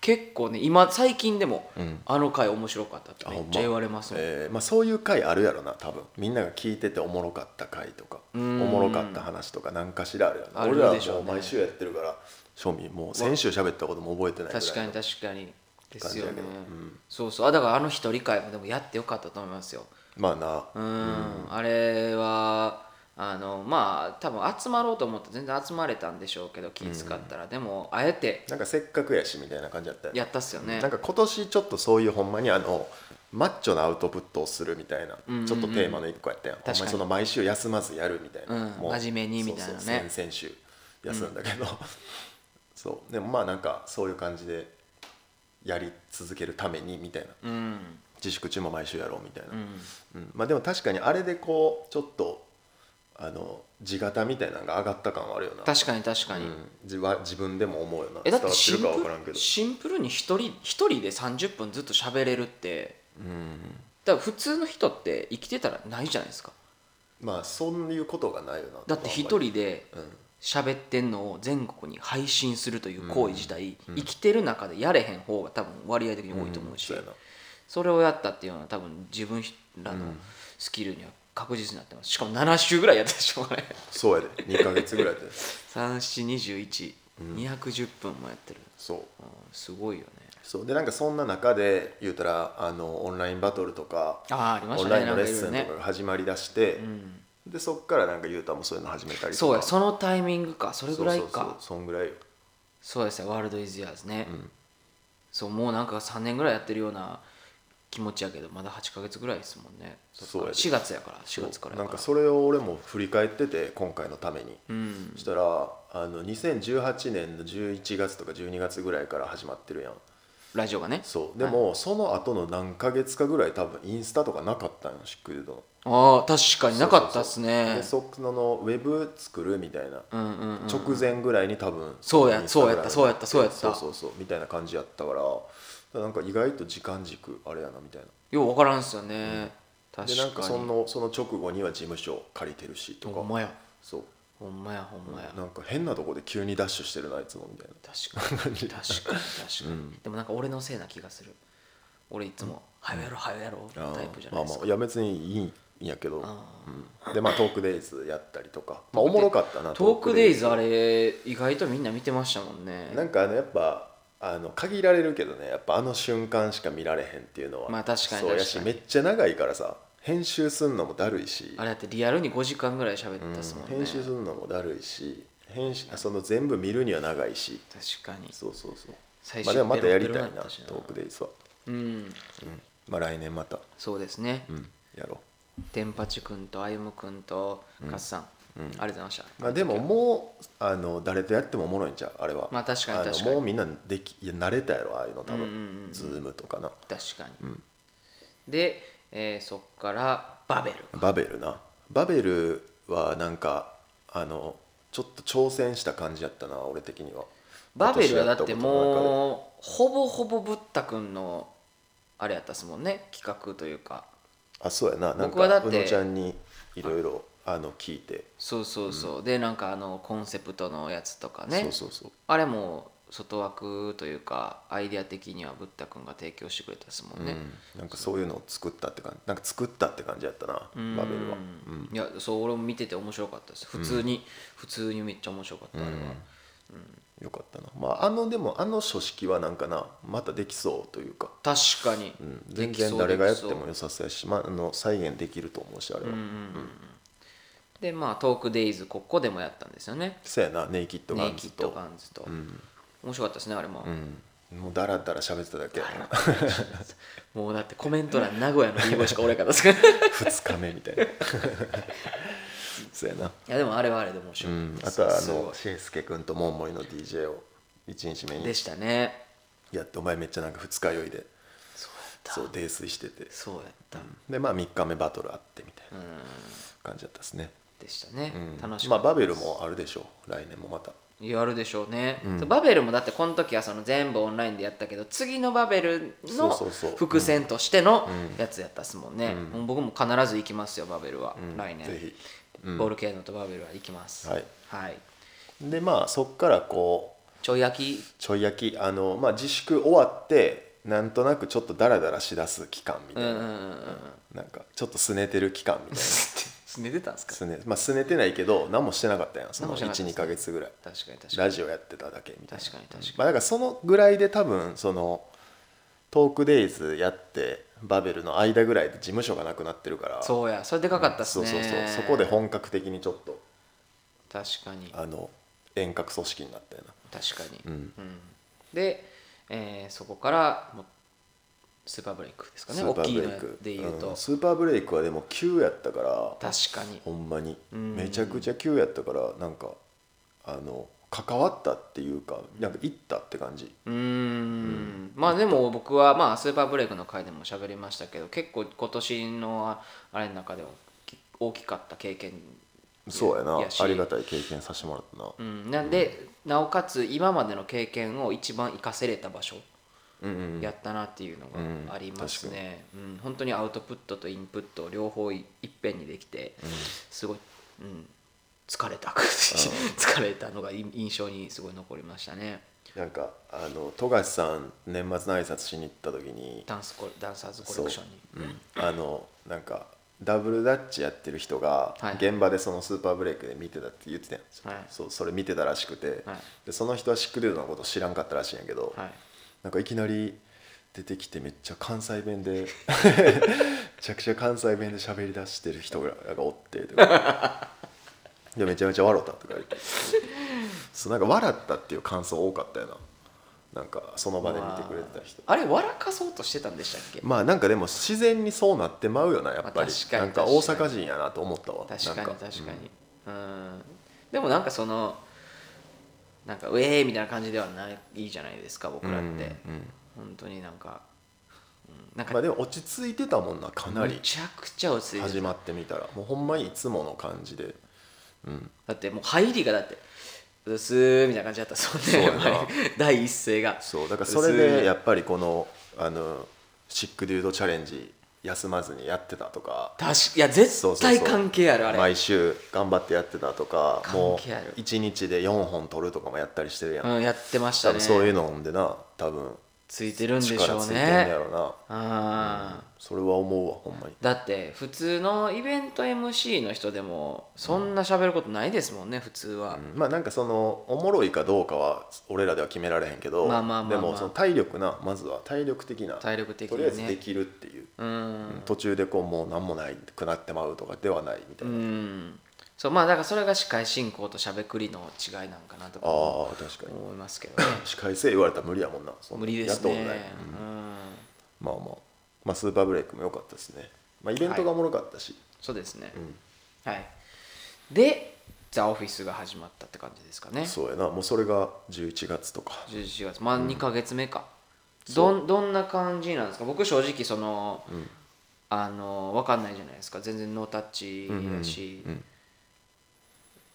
Speaker 1: 結構ね今最近でも、
Speaker 2: うん
Speaker 1: あの回面白かったってめっちゃ言われますもん、
Speaker 2: えーまあ、そういう回あるやろな多分みんなが聞いてておもろかった回とかお
Speaker 1: ん
Speaker 2: もろかった話とか何かしらあるやろな
Speaker 1: ある
Speaker 2: 俺ら
Speaker 1: でしょう
Speaker 2: は
Speaker 1: ね
Speaker 2: もう毎週やってるから正味もう先週喋ったことも覚えてないぐらいの
Speaker 1: 確かに確かにですよね、
Speaker 2: 感じやけどうん
Speaker 1: そうそうあだからあの一人会もでもやってよかったと思いますよ
Speaker 2: まあな
Speaker 1: うんあれはあのまあ多分集まろうと思って全然集まれたんでしょうけど気使ったら、でもあえて
Speaker 2: なんかせっかくやしみたいな感じだったよね
Speaker 1: やったっすよね
Speaker 2: なんか今年ちょっとそういうほんまにあのマッチョなアウトプットをするみたいな、
Speaker 1: うんうんうん
Speaker 2: ちょっとテーマの一個やったやん
Speaker 1: 確かに
Speaker 2: ほんまその毎週休まずやるみたいな、
Speaker 1: うん真面目にみたいなね
Speaker 2: そうそう先々週休んだけど、そうでもまあなんかそういう感じでやり続けるためにみたいな
Speaker 1: うん
Speaker 2: 自粛中も毎週やろうみたいな、
Speaker 1: うん
Speaker 2: うんまあでも確かにあれでこうちょっとあの地形みたいなのが上がった感はあるよな
Speaker 1: 確かに確かに、
Speaker 2: うん自わ自分でも思うよな
Speaker 1: えだってシ
Speaker 2: 伝
Speaker 1: ンプ
Speaker 2: わってるかは分からんけ
Speaker 1: ル
Speaker 2: ど
Speaker 1: シンプルに一人一人で30分ずっと喋れるって
Speaker 2: うん
Speaker 1: だから普通の人って生きてたらないじゃないですか
Speaker 2: まあそういうことがないよな
Speaker 1: だって一人で喋ってんのを全国に配信するという行為自体、生きてる中でやれへん方が多分割合的に多いと思うし、
Speaker 2: うんそうやな
Speaker 1: それをやったっていうのは多分自分らのスキルには確実になってますしかも7週ぐらいや ったでしょあれ
Speaker 2: そうやで2ヶ月ぐらいで
Speaker 1: 372120分もやってる、
Speaker 2: そう
Speaker 1: うんすごいよね
Speaker 2: そうでなんかそんな中で言うたらあのオンラインバトルとか
Speaker 1: あーありまし
Speaker 2: オ
Speaker 1: た
Speaker 2: ン
Speaker 1: ね
Speaker 2: ラインのレッスンと
Speaker 1: なんかいろい
Speaker 2: か
Speaker 1: ろね
Speaker 2: が始まりだして、
Speaker 1: うん
Speaker 2: でそっからなんか言うたらもうそういうの始めたりとか
Speaker 1: そうやそのタイミングかそれぐらいか
Speaker 2: そうそうそうそんぐらいよ
Speaker 1: そうですねワールド・イズ・ヤーズね、
Speaker 2: ん
Speaker 1: そうもうなんか3年ぐらいやってるような気持ちやけどまだ8か月ぐらいですもんね
Speaker 2: そうやで
Speaker 1: 4月やから4月からや
Speaker 2: な
Speaker 1: ら
Speaker 2: んかそれを俺も振り返ってて今回のために、
Speaker 1: うん
Speaker 2: そしたらあの2018年の11月とか12月ぐらいから始まってるやん
Speaker 1: ラジオがね
Speaker 2: そうでも、その後の何ヶ月かぐらい多分インスタとかなかったんよシックデードの
Speaker 1: ああ確かになかったっすね
Speaker 2: そうそうそうでそののウェブ作るみたいな、
Speaker 1: うんうんうん
Speaker 2: 直前ぐらいに多分
Speaker 1: そうや
Speaker 2: インスタグラム
Speaker 1: そうやったそうやったそうや
Speaker 2: そう
Speaker 1: った
Speaker 2: そうそうみたいな感じやったからだからなんか意外と時間軸あれやなみたいな
Speaker 1: よう分からんっすよね、確
Speaker 2: で
Speaker 1: かに
Speaker 2: なんかそのその直後には事務所借りてるしとか
Speaker 1: ほんまや
Speaker 2: そう
Speaker 1: ほんまやほんまや、
Speaker 2: なんか変なとこで急にダッシュしてるなあいつもみたいな
Speaker 1: 確か に確かに確かに、でもなんか俺のせいな気がする俺いつも「早、うやろ早やろ」タイプじゃないです
Speaker 2: まあま
Speaker 1: か
Speaker 2: あいや別にいいんやけど、
Speaker 1: あー
Speaker 2: うんでまあトークデイズやったりとか、まあ、おもろかったな
Speaker 1: トークデイ
Speaker 2: ズ
Speaker 1: ズあれ意外とみんな見てましたもんね
Speaker 2: なんかあのやっぱあの限られるけどねやっぱあの瞬間しか見られへんっていうのは
Speaker 1: まあ確かに
Speaker 2: そうや
Speaker 1: 確
Speaker 2: し
Speaker 1: かに
Speaker 2: めっちゃ長いからさ編集すんのもだるいし
Speaker 1: あれだってリアルに5時間ぐらい喋ったっすもんね、
Speaker 2: 編集するのもだるいし編集その全部見るには長いし
Speaker 1: 確かに
Speaker 2: そうそうそう
Speaker 1: 最
Speaker 2: まあ
Speaker 1: 終
Speaker 2: でもまたやりたい
Speaker 1: ベロベロに
Speaker 2: な
Speaker 1: ったしな
Speaker 2: トークデイズは、
Speaker 1: うん
Speaker 2: うん、まあ来年また、
Speaker 1: そうですね、
Speaker 2: うん、やろ
Speaker 1: 天八くんと歩夢くんとカツさん、
Speaker 2: うん
Speaker 1: ありがとうございました、
Speaker 2: う、まあ、でももうあの誰とやってもおもろいんちゃうあれは
Speaker 1: まあ確かに
Speaker 2: の
Speaker 1: 確かに
Speaker 2: もうみんなできいや慣れたやろああいうの多分、
Speaker 1: うんうんうん
Speaker 2: ズームとかな
Speaker 1: 確かに、で、えーそっからバベル
Speaker 2: バベルなバベルはなんかあのちょっと挑戦した感じやったな俺的には
Speaker 1: バベルは
Speaker 2: 今年や
Speaker 1: だったて
Speaker 2: ことの中で
Speaker 1: もうほぼほぼぶったくんのあれやったっすもんね企画というか
Speaker 2: あそうやななん
Speaker 1: 僕はだっ
Speaker 2: か
Speaker 1: て
Speaker 2: うのちゃんにいろいろあの聞いて、
Speaker 1: そうそうそう、でなんかあのコンセプトのやつとかね
Speaker 2: そうそうそう
Speaker 1: あれも外枠というかアイデア的にはブッダ君が提供してくれたですもんね、
Speaker 2: うん、なんかそういうのを作ったって感じなんか作ったって感じやったな
Speaker 1: うん
Speaker 2: バベルは、
Speaker 1: いやそう俺も見てて面白かったです普通に、普通にめっちゃ面白かったあれは、うん
Speaker 2: よかったなまああのでもあの書式はなんかなまたできそうというか、
Speaker 1: 確かに、
Speaker 2: うん、全
Speaker 1: できそう
Speaker 2: 然誰がやって
Speaker 1: でき
Speaker 2: も
Speaker 1: そう
Speaker 2: 良さそうやし、まあ、あの再現できると思うしあれは、
Speaker 1: でまあトークデイズここでもやったんですよね
Speaker 2: そうやなネイキッドガ
Speaker 1: ネイ
Speaker 2: ン
Speaker 1: キ
Speaker 2: ズ
Speaker 1: ッド
Speaker 2: と
Speaker 1: ガンズと、
Speaker 2: うん
Speaker 1: 面白かったですねあれも、
Speaker 2: うん、もうだらだら喋ってただけや な
Speaker 1: もうだってコメント欄名古屋の b ボイしかおれんかったですか
Speaker 2: 2
Speaker 1: らい
Speaker 2: 日目みたいな そうやな
Speaker 1: やでもあれはあれで面
Speaker 2: う
Speaker 1: 白い、
Speaker 2: ん、あとはあ
Speaker 1: す
Speaker 2: の
Speaker 1: ご
Speaker 2: シェイスケ君とモンモイの DJ を1日目
Speaker 1: い
Speaker 2: に
Speaker 1: でしたね
Speaker 2: やってお前めっちゃなんか二日酔いで
Speaker 1: そう
Speaker 2: そう
Speaker 1: やった
Speaker 2: 泥酔してて
Speaker 1: そうやった、うん
Speaker 2: でまあ3日目バトルあってみたいな感じだったですね、
Speaker 1: でしたね、
Speaker 2: うん、
Speaker 1: 楽しかった
Speaker 2: まあバベルもあるでしょう来年もまた
Speaker 1: やるでしょうね、
Speaker 2: うん
Speaker 1: そうバベルもだってこの時はその全部オンラインでやったけど次のバベルの
Speaker 2: そうそうそう
Speaker 1: 伏線としての
Speaker 2: うん
Speaker 1: やつやったっすもんね、
Speaker 2: うん
Speaker 1: もう僕も必ず行きますよバベルは、
Speaker 2: うん
Speaker 1: 来年
Speaker 2: ぜひ、うん
Speaker 1: ボールケーノとバベルは行きます
Speaker 2: はい、
Speaker 1: はい、
Speaker 2: でまあそっからこう
Speaker 1: ちょい焼き
Speaker 2: ちょい焼きあの、まあ、自粛終わってなんとなくちょっとダラダラしだす期間み
Speaker 1: う
Speaker 2: た
Speaker 1: ん
Speaker 2: いな、
Speaker 1: うんう んうん
Speaker 2: なんかちょっとすねてる期間みたいな
Speaker 1: すねてたんですか
Speaker 2: すね,、まあ、すねてないけど何もしてなかったやんそ
Speaker 1: 何
Speaker 2: の
Speaker 1: もしてなかった
Speaker 2: 12か月ぐらい
Speaker 1: 確かに確か
Speaker 2: ラ
Speaker 1: に
Speaker 2: ジオやってただけみたいな
Speaker 1: 確かに確かに
Speaker 2: まあ、だからそのぐらいで多分そのトークデイズやってバベルの間ぐらいで事務所がなくなってるから
Speaker 1: そうやそれでかかったっす
Speaker 2: そう
Speaker 1: ね
Speaker 2: そうそうそこで本格的にちょっと
Speaker 1: 確かに
Speaker 2: あの遠隔組織になったよな
Speaker 1: 確かに、
Speaker 2: うん
Speaker 1: うんで、えーそこからもうスーパーブレイクですかね大きいので言うと、
Speaker 2: んスーパーブレイクはでも9やったから
Speaker 1: 確かに
Speaker 2: ほんまに
Speaker 1: うん
Speaker 2: めちゃくちゃ9やったからなんかあの関わったっていうかなんか行ったって感じ
Speaker 1: うーんまあでも僕は、まあ、スーパーブレイクの回でも喋りましたけど結構今年のあれの中ではき大きかった経験
Speaker 2: そうやな
Speaker 1: し
Speaker 2: ありがたい経験させてもらったな
Speaker 1: うん、なんで、なおかつ今までの経験を一番活かせれた場所
Speaker 2: うんうん
Speaker 1: やったなっていうの
Speaker 2: うん
Speaker 1: がありますね、うん本当にアウトプットとインプットを両方いいっぺんにできて、すごい、うん、疲れた 疲れたのがい印象にすごい残りましたね
Speaker 2: なんかあの富樫さん年末の挨拶しに行った時に
Speaker 1: ダンスコダンサーズコレクションに
Speaker 2: そううんあのなんかダブルダッチやってる人が
Speaker 1: はい
Speaker 2: 現場でそのスーパーブレイクで見てたって言ってたんですよ、
Speaker 1: はい
Speaker 2: そうそれ見てたらしくて、
Speaker 1: はい
Speaker 2: でその人はシックデュードのこと知らんかったらしいんやけど、
Speaker 1: はい
Speaker 2: なんかいきなり出てきてめっちゃ関西弁 でめちゃくちゃ関西弁で喋り出してる人ががおってとかでめちゃめちゃ笑ったとか言ってそうなんか笑ったっていう感想多かったよななんかその場で見てくれてた人
Speaker 1: あれ笑かそうとしてたんでしたっけ
Speaker 2: まあなんかでも自然にそうなってまうよなやっ
Speaker 1: ま
Speaker 2: ぱ
Speaker 1: あ
Speaker 2: り
Speaker 1: 確かに
Speaker 2: なんか大
Speaker 1: 確か
Speaker 2: 阪
Speaker 1: に
Speaker 2: 人やなと思ったわ
Speaker 1: 確か
Speaker 2: な
Speaker 1: に
Speaker 2: ん
Speaker 1: 確かにうんでもなんかそのなんかウェーみたいな感じではないじゃないですか僕
Speaker 2: うん
Speaker 1: らって、
Speaker 2: うんうん
Speaker 1: 本当になんか、うん、なん
Speaker 2: まあ
Speaker 1: か
Speaker 2: でも落ち着いてたもんなかな
Speaker 1: む
Speaker 2: り
Speaker 1: ちゃくちゃ落ち着いて
Speaker 2: 始
Speaker 1: た
Speaker 2: まってみたらもうほんまにいつもの感じで
Speaker 1: だってもう入りがだって「うっすー」みたいな感じだったそう
Speaker 2: そう
Speaker 1: ね
Speaker 2: や
Speaker 1: や
Speaker 2: な
Speaker 1: っぱ り第一声が
Speaker 2: そうだからそれ
Speaker 1: うっす
Speaker 2: で
Speaker 1: ー
Speaker 2: やっぱりこのあのシックデュードチャレンジ休まずにやってたとか
Speaker 1: 確かいや
Speaker 2: そう
Speaker 1: 絶
Speaker 2: そう
Speaker 1: 対
Speaker 2: そう
Speaker 1: 関係あるあれ
Speaker 2: 毎週頑張ってやってたとかも
Speaker 1: 関係ある
Speaker 2: う1日で4本取るとかもやったりしてるやん、
Speaker 1: うん、やってまし
Speaker 2: 多
Speaker 1: た
Speaker 2: 分
Speaker 1: ね
Speaker 2: そういうのほんでな多分
Speaker 1: ついてるんでし
Speaker 2: 力
Speaker 1: ょ
Speaker 2: つ
Speaker 1: う
Speaker 2: いてんね
Speaker 1: ね
Speaker 2: やろな
Speaker 1: ああ、
Speaker 2: それは思うわほんまに
Speaker 1: だって普通のイベント MC の人でもそんな喋ることないですもんね、普通は、
Speaker 2: うんまあなんかそのおもろいかどうかは俺らでは決められへんけど、
Speaker 1: まあまあまあまあ
Speaker 2: でもその体力なまずは体力的な
Speaker 1: 体力的
Speaker 2: と
Speaker 1: に
Speaker 2: りあえずで
Speaker 1: ね
Speaker 2: きるっていう、
Speaker 1: うん、うん
Speaker 2: 途中でこうもう何もないくなってまうとかではないみたいな、
Speaker 1: そうまあだからそれが司会進行としゃべくりの違いなんかなとかも
Speaker 2: ああ確かに
Speaker 1: 思いますけどね
Speaker 2: 司会生言われたら無理やもんなそんな
Speaker 1: 無理ですね
Speaker 2: やったことないうん
Speaker 1: うん、
Speaker 2: まあまあまあスーパーブレイクも良かったですね、まあ、イベントがおもろかったし、
Speaker 1: そうですね、
Speaker 2: ん
Speaker 1: はいでザ・オフィスが始まったって感じですかね
Speaker 2: そうやなもうそれが11月とか
Speaker 1: 11月まあ2ヶ月目か、どんどんな感じなんですか僕正直その、あの分かんないじゃないですか全然ノータッチだし、
Speaker 2: うんうん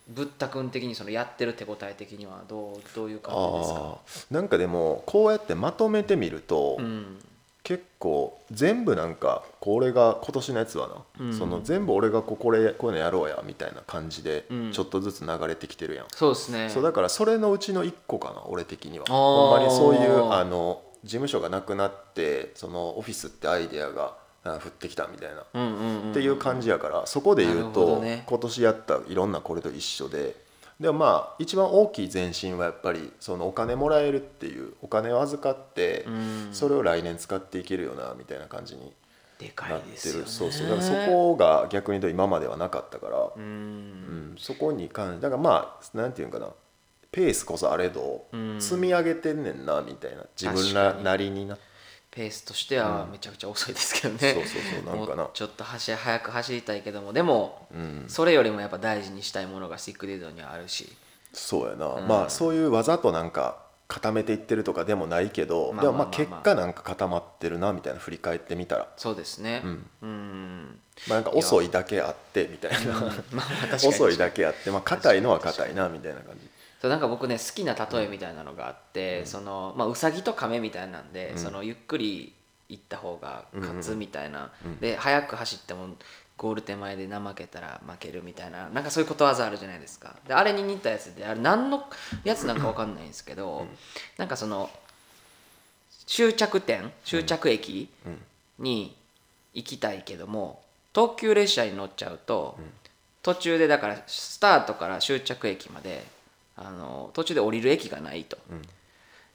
Speaker 1: ぶったくん的にそのやってる手応え的にはどうどういう感じですか
Speaker 2: ああなんかでもこうやってまとめてみると、
Speaker 1: うん
Speaker 2: 結構全部なんかこれが今年のやつはな、
Speaker 1: うん
Speaker 2: その全部俺がここれこういうのやろうやみたいな感じで
Speaker 1: うん
Speaker 2: ちょっとずつ流れてきてるやん、
Speaker 1: そうですね
Speaker 2: そうだからそれのうちの1個かな俺的には
Speaker 1: あー
Speaker 2: ほんまにそういうあの事務所がなくなってそのオフィスってアイデアがあ降ってきたみたいな、
Speaker 1: うんうんうん
Speaker 2: っていう感じやからそこで言
Speaker 1: なる
Speaker 2: う
Speaker 1: ほ
Speaker 2: と、
Speaker 1: どね
Speaker 2: 今年やったいろんなこれと一緒ででもまあ一番大きい前進はやっぱりそのお金もらえるっていうお金を預かって
Speaker 1: うん
Speaker 2: それを来年使っていけるよなみたいな感じに
Speaker 1: で
Speaker 2: な
Speaker 1: か
Speaker 2: っ
Speaker 1: い
Speaker 2: てる、
Speaker 1: ですよね
Speaker 2: そうそうだからそこが逆に言うと今まではなかったから、
Speaker 1: う
Speaker 2: うんん、そこに関してだからまあなんていうんかなペースこそあれど
Speaker 1: うん
Speaker 2: 積み上げてんねんなみたいな自分
Speaker 1: 確
Speaker 2: ら
Speaker 1: かに
Speaker 2: なりにな
Speaker 1: ペースとしてはめちゃくちゃ遅いですけど
Speaker 2: そう
Speaker 1: ね、
Speaker 2: そうそうなんか
Speaker 1: も
Speaker 2: な
Speaker 1: うちょっと走早く走りたいけどもでも、
Speaker 2: うん
Speaker 1: それよりもやっぱ大事にしたいものがスティックデードにはあるし
Speaker 2: そうやな、
Speaker 1: うん
Speaker 2: まあそういうわざとなんか固めていってるとかでもないけど、
Speaker 1: まあまあまあまあ
Speaker 2: でもまあ結果なんか固まってるなみたいな振り返ってみたら、
Speaker 1: そうですね
Speaker 2: うん
Speaker 1: うん
Speaker 2: まあ、なんか遅いだけあってみたいな
Speaker 1: まあ 確かに
Speaker 2: 遅いだけあってまあ硬いのは硬いなみたいな感じ
Speaker 1: そうなんか僕ね好きな例えみたいなのがあって、そのまあ、うさぎと亀みたいなんで、
Speaker 2: うん
Speaker 1: そのゆっくり行った方が勝つみたいな、
Speaker 2: うんうん
Speaker 1: で早く走ってもゴール手前で怠けたら負けるみたいななんかそういうことわざあるじゃないですかであれに似たやつであれ何のやつなんかわかんないんですけど、なんかその終着点終着駅に行きたいけども東急列車に乗っちゃうと、途中でだからスタートから終着駅まであの途中で降りる駅がないと、
Speaker 2: ん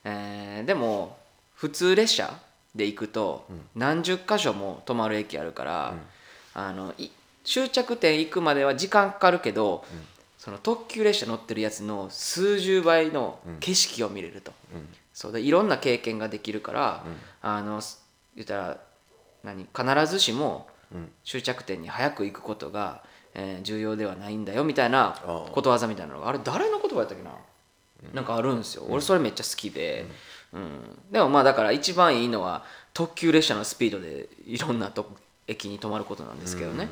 Speaker 1: えーでも普通列車で行くと何十箇所も止まる駅あるから、あのい終着点行くまでは時間かかるけど、その特急列車乗ってるやつの数十倍の景色を見れると、そうでいろんな経験ができるから、あのす言ったら何必ずしも
Speaker 2: うん
Speaker 1: 終着点に早く行くことが、えー重要ではないんだよみたいな
Speaker 2: ああ
Speaker 1: ことわざみたいなのがあれ誰の言葉やったっけな、なんかあるんですよ俺それめっちゃ好きで、うんでもまあだから一番いいのは特急列車のスピードでいろんなとこ駅に止まることなんですけどね、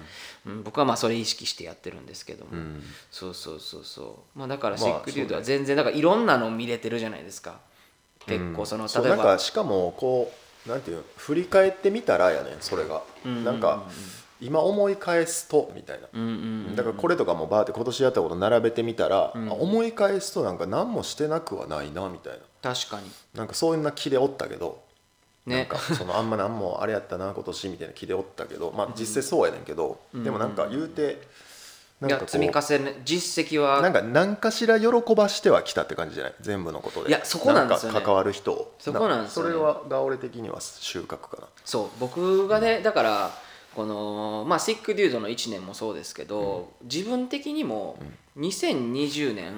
Speaker 1: うん僕はまあそれ意識してやってるんですけども、
Speaker 2: うん
Speaker 1: そうそうそうそうまあだから
Speaker 2: まあ
Speaker 1: シックデュードは全然だからいろんなの見れてるじゃないですか結構その、
Speaker 2: そう
Speaker 1: 例え
Speaker 2: なん
Speaker 1: ば
Speaker 2: かしかもこうなんていうの振り返ってみたらやねそれが、
Speaker 1: んうんうん
Speaker 2: なんか今思い返すとみたいな、
Speaker 1: うんうんうん
Speaker 2: だからこれとかもバーって今年やったこと並べてみたら、
Speaker 1: ん
Speaker 2: あ思い返すとなんか何もしてなくはないなみたいな
Speaker 1: 確かに
Speaker 2: なんかそういうな気でおったけど、なん
Speaker 1: ね
Speaker 2: かそのあんま何もあれやったな今年みたいな気でおったけどまあ実際そうやねんけど、
Speaker 1: うん
Speaker 2: でもなんか言うてないん
Speaker 1: や
Speaker 2: かこ
Speaker 1: 積み
Speaker 2: う
Speaker 1: 重ね実績は
Speaker 2: なんか何かしら喜ばしてはきたって感じじゃない全部のことで
Speaker 1: いやそこなんですよね
Speaker 2: か関わる人を
Speaker 1: そこなんですよね
Speaker 2: それはが俺的には収穫かな
Speaker 1: そう僕がね、だからこのまあシックデュードの1年もそうですけど、自分的にも2020年、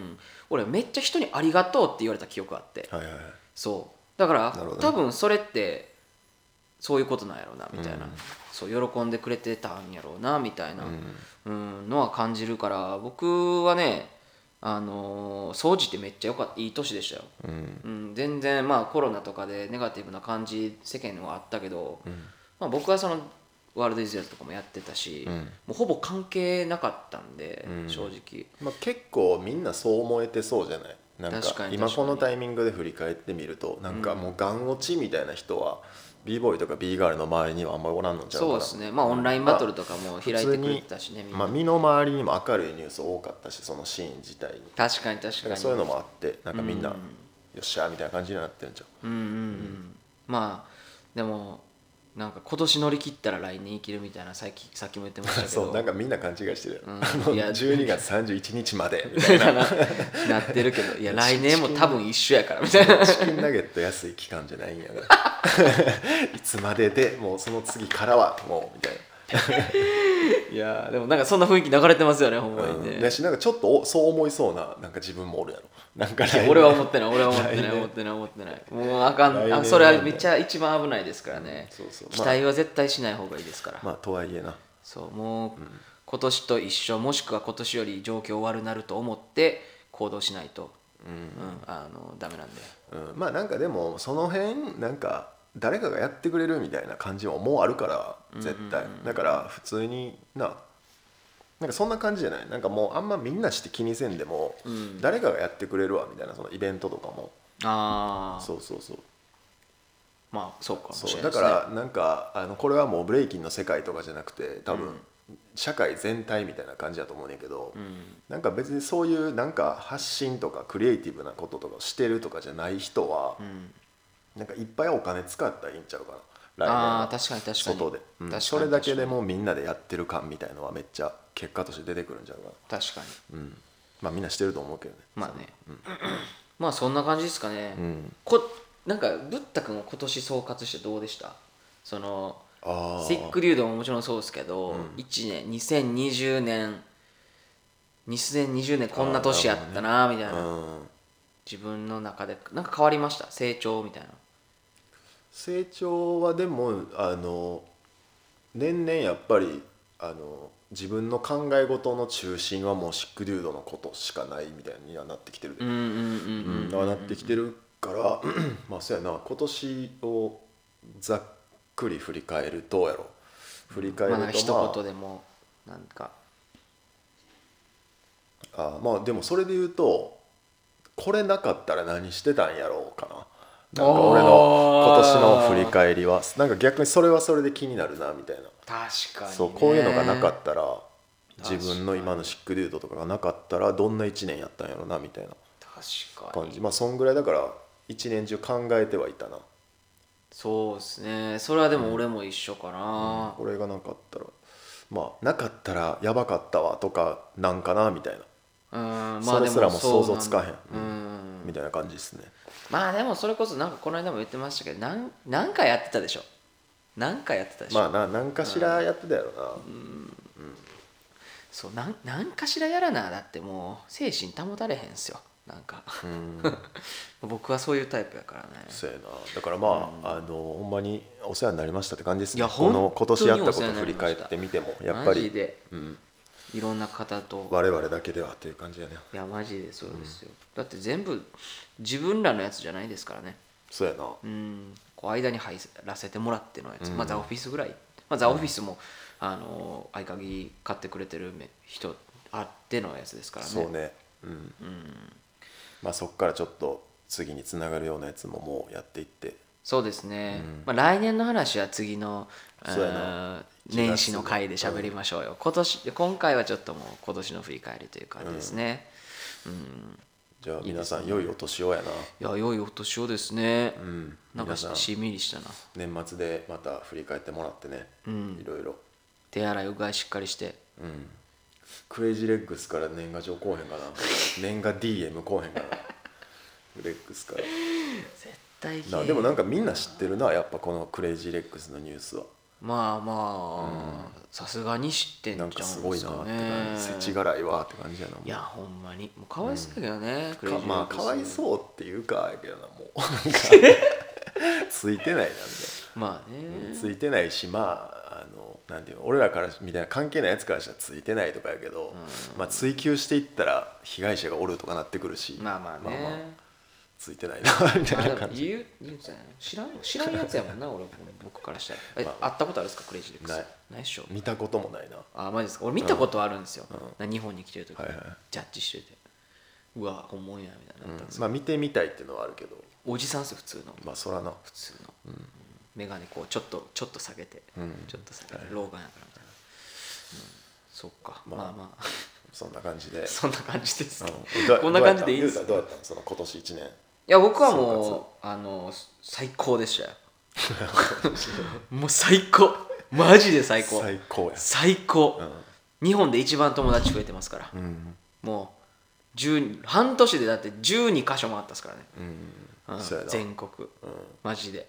Speaker 1: 俺めっちゃ人にありがとうって言われた記憶あって
Speaker 2: はいはいはい
Speaker 1: そうだから、
Speaker 2: なるほどね
Speaker 1: 多分それってそういうことなんやろうなみたいな、
Speaker 2: うん
Speaker 1: そう喜んでくれてたんやろうなみたいな、
Speaker 2: うん
Speaker 1: うん、のは感じるから僕はねあのー総じてめっちゃよかったいい年でしたよ、
Speaker 2: うん
Speaker 1: うん、全然まあコロナとかでネガティブな感じ世間はあったけど、まあ、僕はそのワールド・イズ・ヤとかもやってたし、
Speaker 2: うん
Speaker 1: もうほぼ関係なかったんで、
Speaker 2: うん
Speaker 1: 正直
Speaker 2: まあ、結構みんなそう思えてそうじゃないなん
Speaker 1: 確か
Speaker 2: か
Speaker 1: に
Speaker 2: 今
Speaker 1: 確
Speaker 2: こ
Speaker 1: かに
Speaker 2: のタイミングで振り返ってみるとなんかもうガン落ちみたいな人は b ボーイとか b ガールの周りにはあんまりおらんのちゃうかな
Speaker 1: そうですねまあオンラインバトルとかも開いてくれてたしね、みんな、
Speaker 2: まあ、身の回りにも明るいニュース多かったしそのシーン自体に
Speaker 1: 確かに確
Speaker 2: だ
Speaker 1: か
Speaker 2: から
Speaker 1: に
Speaker 2: そういうのもあってなんかみんな、
Speaker 1: うん
Speaker 2: よっしゃーみたいな感じになってるんちゃう
Speaker 1: うんうんうんまあでもなんか今年乗り切ったら来年生きるみたいなさっきさっきも言ってましたけ ど
Speaker 2: そうなんかみんな勘違いしてるよ、
Speaker 1: ん
Speaker 2: あの
Speaker 1: いや
Speaker 2: 12月31日までみたいな
Speaker 1: なってるけど いや来年も多分一緒やからみたいな
Speaker 2: チキンナゲット安い期間じゃないんや からいつまででもうその次からはもうみたいな。
Speaker 1: いやー でもなんかそんな雰囲気流れてますよねほんま
Speaker 2: う
Speaker 1: に
Speaker 2: ん
Speaker 1: ね、
Speaker 2: だしなんかちょっとおそう思いそうななんか自分もおるやろなんか来年
Speaker 1: 俺は思ってない俺は思って
Speaker 2: 来
Speaker 1: ない
Speaker 2: 年
Speaker 1: 思ってない思ってないもうあか
Speaker 2: 来
Speaker 1: ん
Speaker 2: 年
Speaker 1: あそれはめっちゃ一番危ないですからね、
Speaker 2: そうそう
Speaker 1: 期待は絶対しない方がいいですから、
Speaker 2: まあとはいえな
Speaker 1: そうもう、今年と一緒もしくは今年より状況悪なると思って行動しないと、うんあのダメなんで
Speaker 2: うん、まあなんかでもその辺なんか誰かがやってくれるみたいな感じももうあるから絶対、だから普通にななんかそんな感じじゃないなんかもうあんまみんなして気にせんでも、
Speaker 1: ん
Speaker 2: 誰かがやってくれるわみたいなそのイベントとかも
Speaker 1: ああ
Speaker 2: そうそうそう
Speaker 1: まあそうかもし
Speaker 2: そう
Speaker 1: れな
Speaker 2: だ
Speaker 1: いです、
Speaker 2: か
Speaker 1: ね、
Speaker 2: らなんかあのこれはもうブレイキンの世界とかじゃなくて多分、
Speaker 1: うん
Speaker 2: 社会全体みたいな感じだと思うねんけど、
Speaker 1: うん
Speaker 2: なんか別にそういうなんか発信とかクリエイティブなこととかをしてるとかじゃない人は、
Speaker 1: うん
Speaker 2: なんかいっぱいお金使ったらいいんちゃうかな来年は
Speaker 1: ああ確かに確かに
Speaker 2: 外で、うん
Speaker 1: 確かに
Speaker 2: それだけでもうみんなでやってる感みたいのはめっちゃ結果として出てくるんちゃうか
Speaker 1: 確かに
Speaker 2: な、うんまあみんなしてると思うけどね
Speaker 1: まあね、まあそんな感じですかね、
Speaker 2: うん
Speaker 1: こなんかブッダ君は今年総括してどうでしたその
Speaker 2: ああ
Speaker 1: シックリュウドももちろんそうですけど、
Speaker 2: うん
Speaker 1: 1年2020年2020年こんな年やったなみたいな
Speaker 2: うん
Speaker 1: 自分の中でなんか変わりました成長みたいな
Speaker 2: 成長はでもあの年々やっぱりあの自分の考え事の中心はもうシックデュードのことしかないみたいにはなってきてる、
Speaker 1: うんう
Speaker 2: う
Speaker 1: んうんうん
Speaker 2: んななってきてるから まあそうやな今年をざっくり振り返るとやろ振り返る
Speaker 1: ま
Speaker 2: と
Speaker 1: あなん
Speaker 2: ま
Speaker 1: か
Speaker 2: あ、
Speaker 1: 一言でもなんか
Speaker 2: あまあでもそれで言うとこれなかったら何してたんやろうかななんか俺の今年の振り返りはなんか逆にそれはそれで気になるなみたいな
Speaker 1: 確かに、ね、
Speaker 2: そうこういうのがなかったら
Speaker 1: 確
Speaker 2: 自
Speaker 1: かに
Speaker 2: 分の今のシックデュードとかがなかったらどんな1年やったんやろなみたいな
Speaker 1: 確かに
Speaker 2: 感じまあそんぐらいだから一年中考えてはいたな
Speaker 1: そうですねそれはでも俺も一緒かな、
Speaker 2: これがなかったらまあなかったらやばかったわとかなんかなみたいな
Speaker 1: うんま
Speaker 2: そ
Speaker 1: あで
Speaker 2: れ
Speaker 1: も
Speaker 2: すらも
Speaker 1: そう
Speaker 2: 想
Speaker 1: なん
Speaker 2: 像つかへん
Speaker 1: う
Speaker 2: うん
Speaker 1: ん
Speaker 2: みたいな感じですね
Speaker 1: まあでもそれこそなんかこの間も言ってましたけどなん何回やってたでしょ何回やってたでしょ、
Speaker 2: まあな何かしらやってたやろな
Speaker 1: そうなん何かしらやらなだってもう精神保たれへんすよなんか
Speaker 2: うん
Speaker 1: 僕はそういうタイプやからね
Speaker 2: そうやなだからまああのほんまにお世話になりましたって感じです
Speaker 1: い
Speaker 2: ね
Speaker 1: や
Speaker 2: この今
Speaker 1: 本当に
Speaker 2: 年やったこ
Speaker 1: お世話
Speaker 2: と
Speaker 1: にな
Speaker 2: 振
Speaker 1: り
Speaker 2: り
Speaker 1: ました
Speaker 2: 返ってみてもやっぱ
Speaker 1: マジ
Speaker 2: り
Speaker 1: で
Speaker 2: うん
Speaker 1: いろんな方と
Speaker 2: 我々だけではっていう感じやね
Speaker 1: いやマジでそうですよ、だって全部自分らのやつじゃないですからね
Speaker 2: そうやな
Speaker 1: うんこう間に入らせてもらってのやつ、まあザ・オフィスぐらい、まあ、ザ・オフィスも、あの合鍵買ってくれてるめ人あってのやつですからね
Speaker 2: そうねうんまあそっからちょっと次につながるようなやつももうやっていって
Speaker 1: そうですね、
Speaker 2: うん
Speaker 1: まあ、来年の話は次の
Speaker 2: そうやな
Speaker 1: あー年始の回で喋りましょうよ、今年今回はちょっともう今年の振り返りという感じですね、
Speaker 2: じゃあ皆さん良いお年をやない
Speaker 1: や良いお年をですね、
Speaker 2: うん
Speaker 1: なんか
Speaker 2: 皆
Speaker 1: し
Speaker 2: さん
Speaker 1: しんみりしたな
Speaker 2: 年末でまた振り返ってもらってね
Speaker 1: うん
Speaker 2: いろいろ
Speaker 1: 手洗いうがいしっかりして
Speaker 2: うんクレイジーレッグスから年賀状こうへんかな年賀 DM こうへんかなレッグスから
Speaker 1: 絶対
Speaker 2: なでもなんかみんな知ってるなやっぱこのクレイジーレッグスのニュースは
Speaker 1: まあまあさすがに知ってんちゃ
Speaker 2: な
Speaker 1: うん
Speaker 2: ん
Speaker 1: で
Speaker 2: か
Speaker 1: す
Speaker 2: す
Speaker 1: か
Speaker 2: ご
Speaker 1: ね
Speaker 2: いなって感じせちがらいわって感じやなもう
Speaker 1: いやほんまにもうかわいそうだけどね、クレイ
Speaker 2: か
Speaker 1: ジー
Speaker 2: まあ
Speaker 1: レッ
Speaker 2: か
Speaker 1: ド
Speaker 2: わい
Speaker 1: ス
Speaker 2: そうっていうかやけどなも うなんかついてないなみ
Speaker 1: まあね、
Speaker 2: たいなついてないしまああのなんていうの俺らからみたいな関係ないやつからしたらついてないとかやけど、まあ、追求していったら被害者がおるとかなってくるし
Speaker 1: まあまあね、
Speaker 2: まあまあついてないなみた
Speaker 1: ま
Speaker 2: い
Speaker 1: あ
Speaker 2: な
Speaker 1: でも
Speaker 2: 感じ
Speaker 1: 言う言うんじゃないの知らん知らんやつやも んな俺僕からしたらえ、
Speaker 2: ま
Speaker 1: 会ったことあるんですかクレイジーレックス
Speaker 2: ない
Speaker 1: ないっしょ
Speaker 2: 見たこともないな
Speaker 1: あマジですか俺見たことあるんですよ、な日本に来てる時、
Speaker 2: はいはい
Speaker 1: ジャッジしててうわ本物やみたいになったんですよ、
Speaker 2: まあ見てみたいっていうのはあるけど
Speaker 1: おじさんっすよ普通の
Speaker 2: まあそらな
Speaker 1: 普通の、眼鏡こうちょっとちょっと下げて、
Speaker 2: うん
Speaker 1: ちょっと下げて
Speaker 2: はい
Speaker 1: 老眼やからみたいな、うん、そっかま
Speaker 2: ま
Speaker 1: あ
Speaker 2: あ
Speaker 1: まあ
Speaker 2: そんな感じで
Speaker 1: そんな感じです、
Speaker 2: うんどう
Speaker 1: こんな感じでいいんです
Speaker 2: どうやったんどうやったんその今年1年
Speaker 1: いや僕は
Speaker 2: そう
Speaker 1: もうあの最高 でしたよもう最高マジで最高
Speaker 2: 最高や
Speaker 1: 最高、
Speaker 2: う
Speaker 1: 日本で一番友達増えてますから、
Speaker 2: んうん
Speaker 1: もう10半年でだって12箇所もあったですからね、
Speaker 2: うんそうや
Speaker 1: うん、
Speaker 2: な
Speaker 1: 全国
Speaker 2: う
Speaker 1: マジで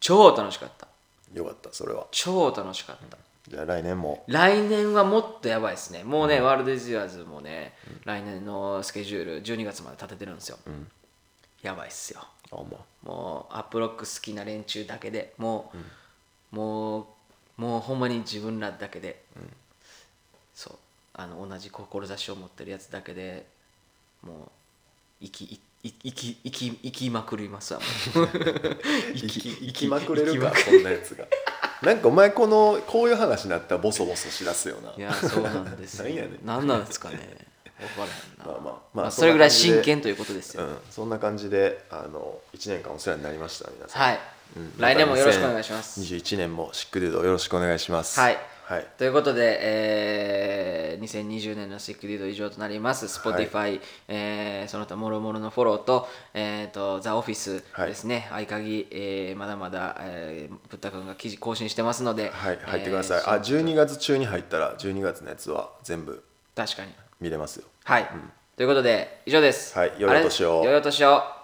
Speaker 1: 超楽しかった
Speaker 2: んよかったそれは
Speaker 1: 超楽しかった、
Speaker 2: じゃあ来年も
Speaker 1: 来年はもっとやばいですねもうね、ワールド・ディズニー・ワーズもね、来年のスケジュール12月まで立ててるんですよ、
Speaker 2: ん
Speaker 1: やばいっすよ
Speaker 2: あほんま
Speaker 1: もうアップロック好きな連中だけでもう、もうもうほんまに自分らだけで、そうあの同じ志を持ってるやつだけでもう生きいい生き生き生きまくりますわもう
Speaker 2: 生き生
Speaker 1: 生
Speaker 2: きまくれるか
Speaker 1: 生きま
Speaker 2: こんなやつが なんかお前このこういう話になったらボソボソしだすよない
Speaker 1: やそうなんですよ
Speaker 2: なんやねん
Speaker 1: 何なんですかね分からへん
Speaker 2: ま
Speaker 1: な
Speaker 2: あまあま
Speaker 1: ま
Speaker 2: あ
Speaker 1: あそれぐらい
Speaker 2: そんな
Speaker 1: 真
Speaker 2: 感じで
Speaker 1: 剣ということです
Speaker 2: う
Speaker 1: よ、
Speaker 2: んそんな感じであの1年間お世話になりました皆さん
Speaker 1: はい、
Speaker 2: うん
Speaker 1: 来年もよろしくお願いします
Speaker 2: 21年もシックデュードよろしくお願いします
Speaker 1: はい
Speaker 2: はい
Speaker 1: ということで、えー2020年のシックディード以上となります。Spotify、えーその他諸々のフォローと、えー、と、ザ・オフィスですね、合鍵、えーまだまだ、えー、ぶったくんが記事更新してますので、
Speaker 2: はい入ってくだ
Speaker 1: え
Speaker 2: さい
Speaker 1: ー
Speaker 2: あ12月中に入ったら12月のやつは全部
Speaker 1: 確かに。
Speaker 2: 見れますよ
Speaker 1: はい、ということで以上です
Speaker 2: はい良いお年を
Speaker 1: あれ良いお年を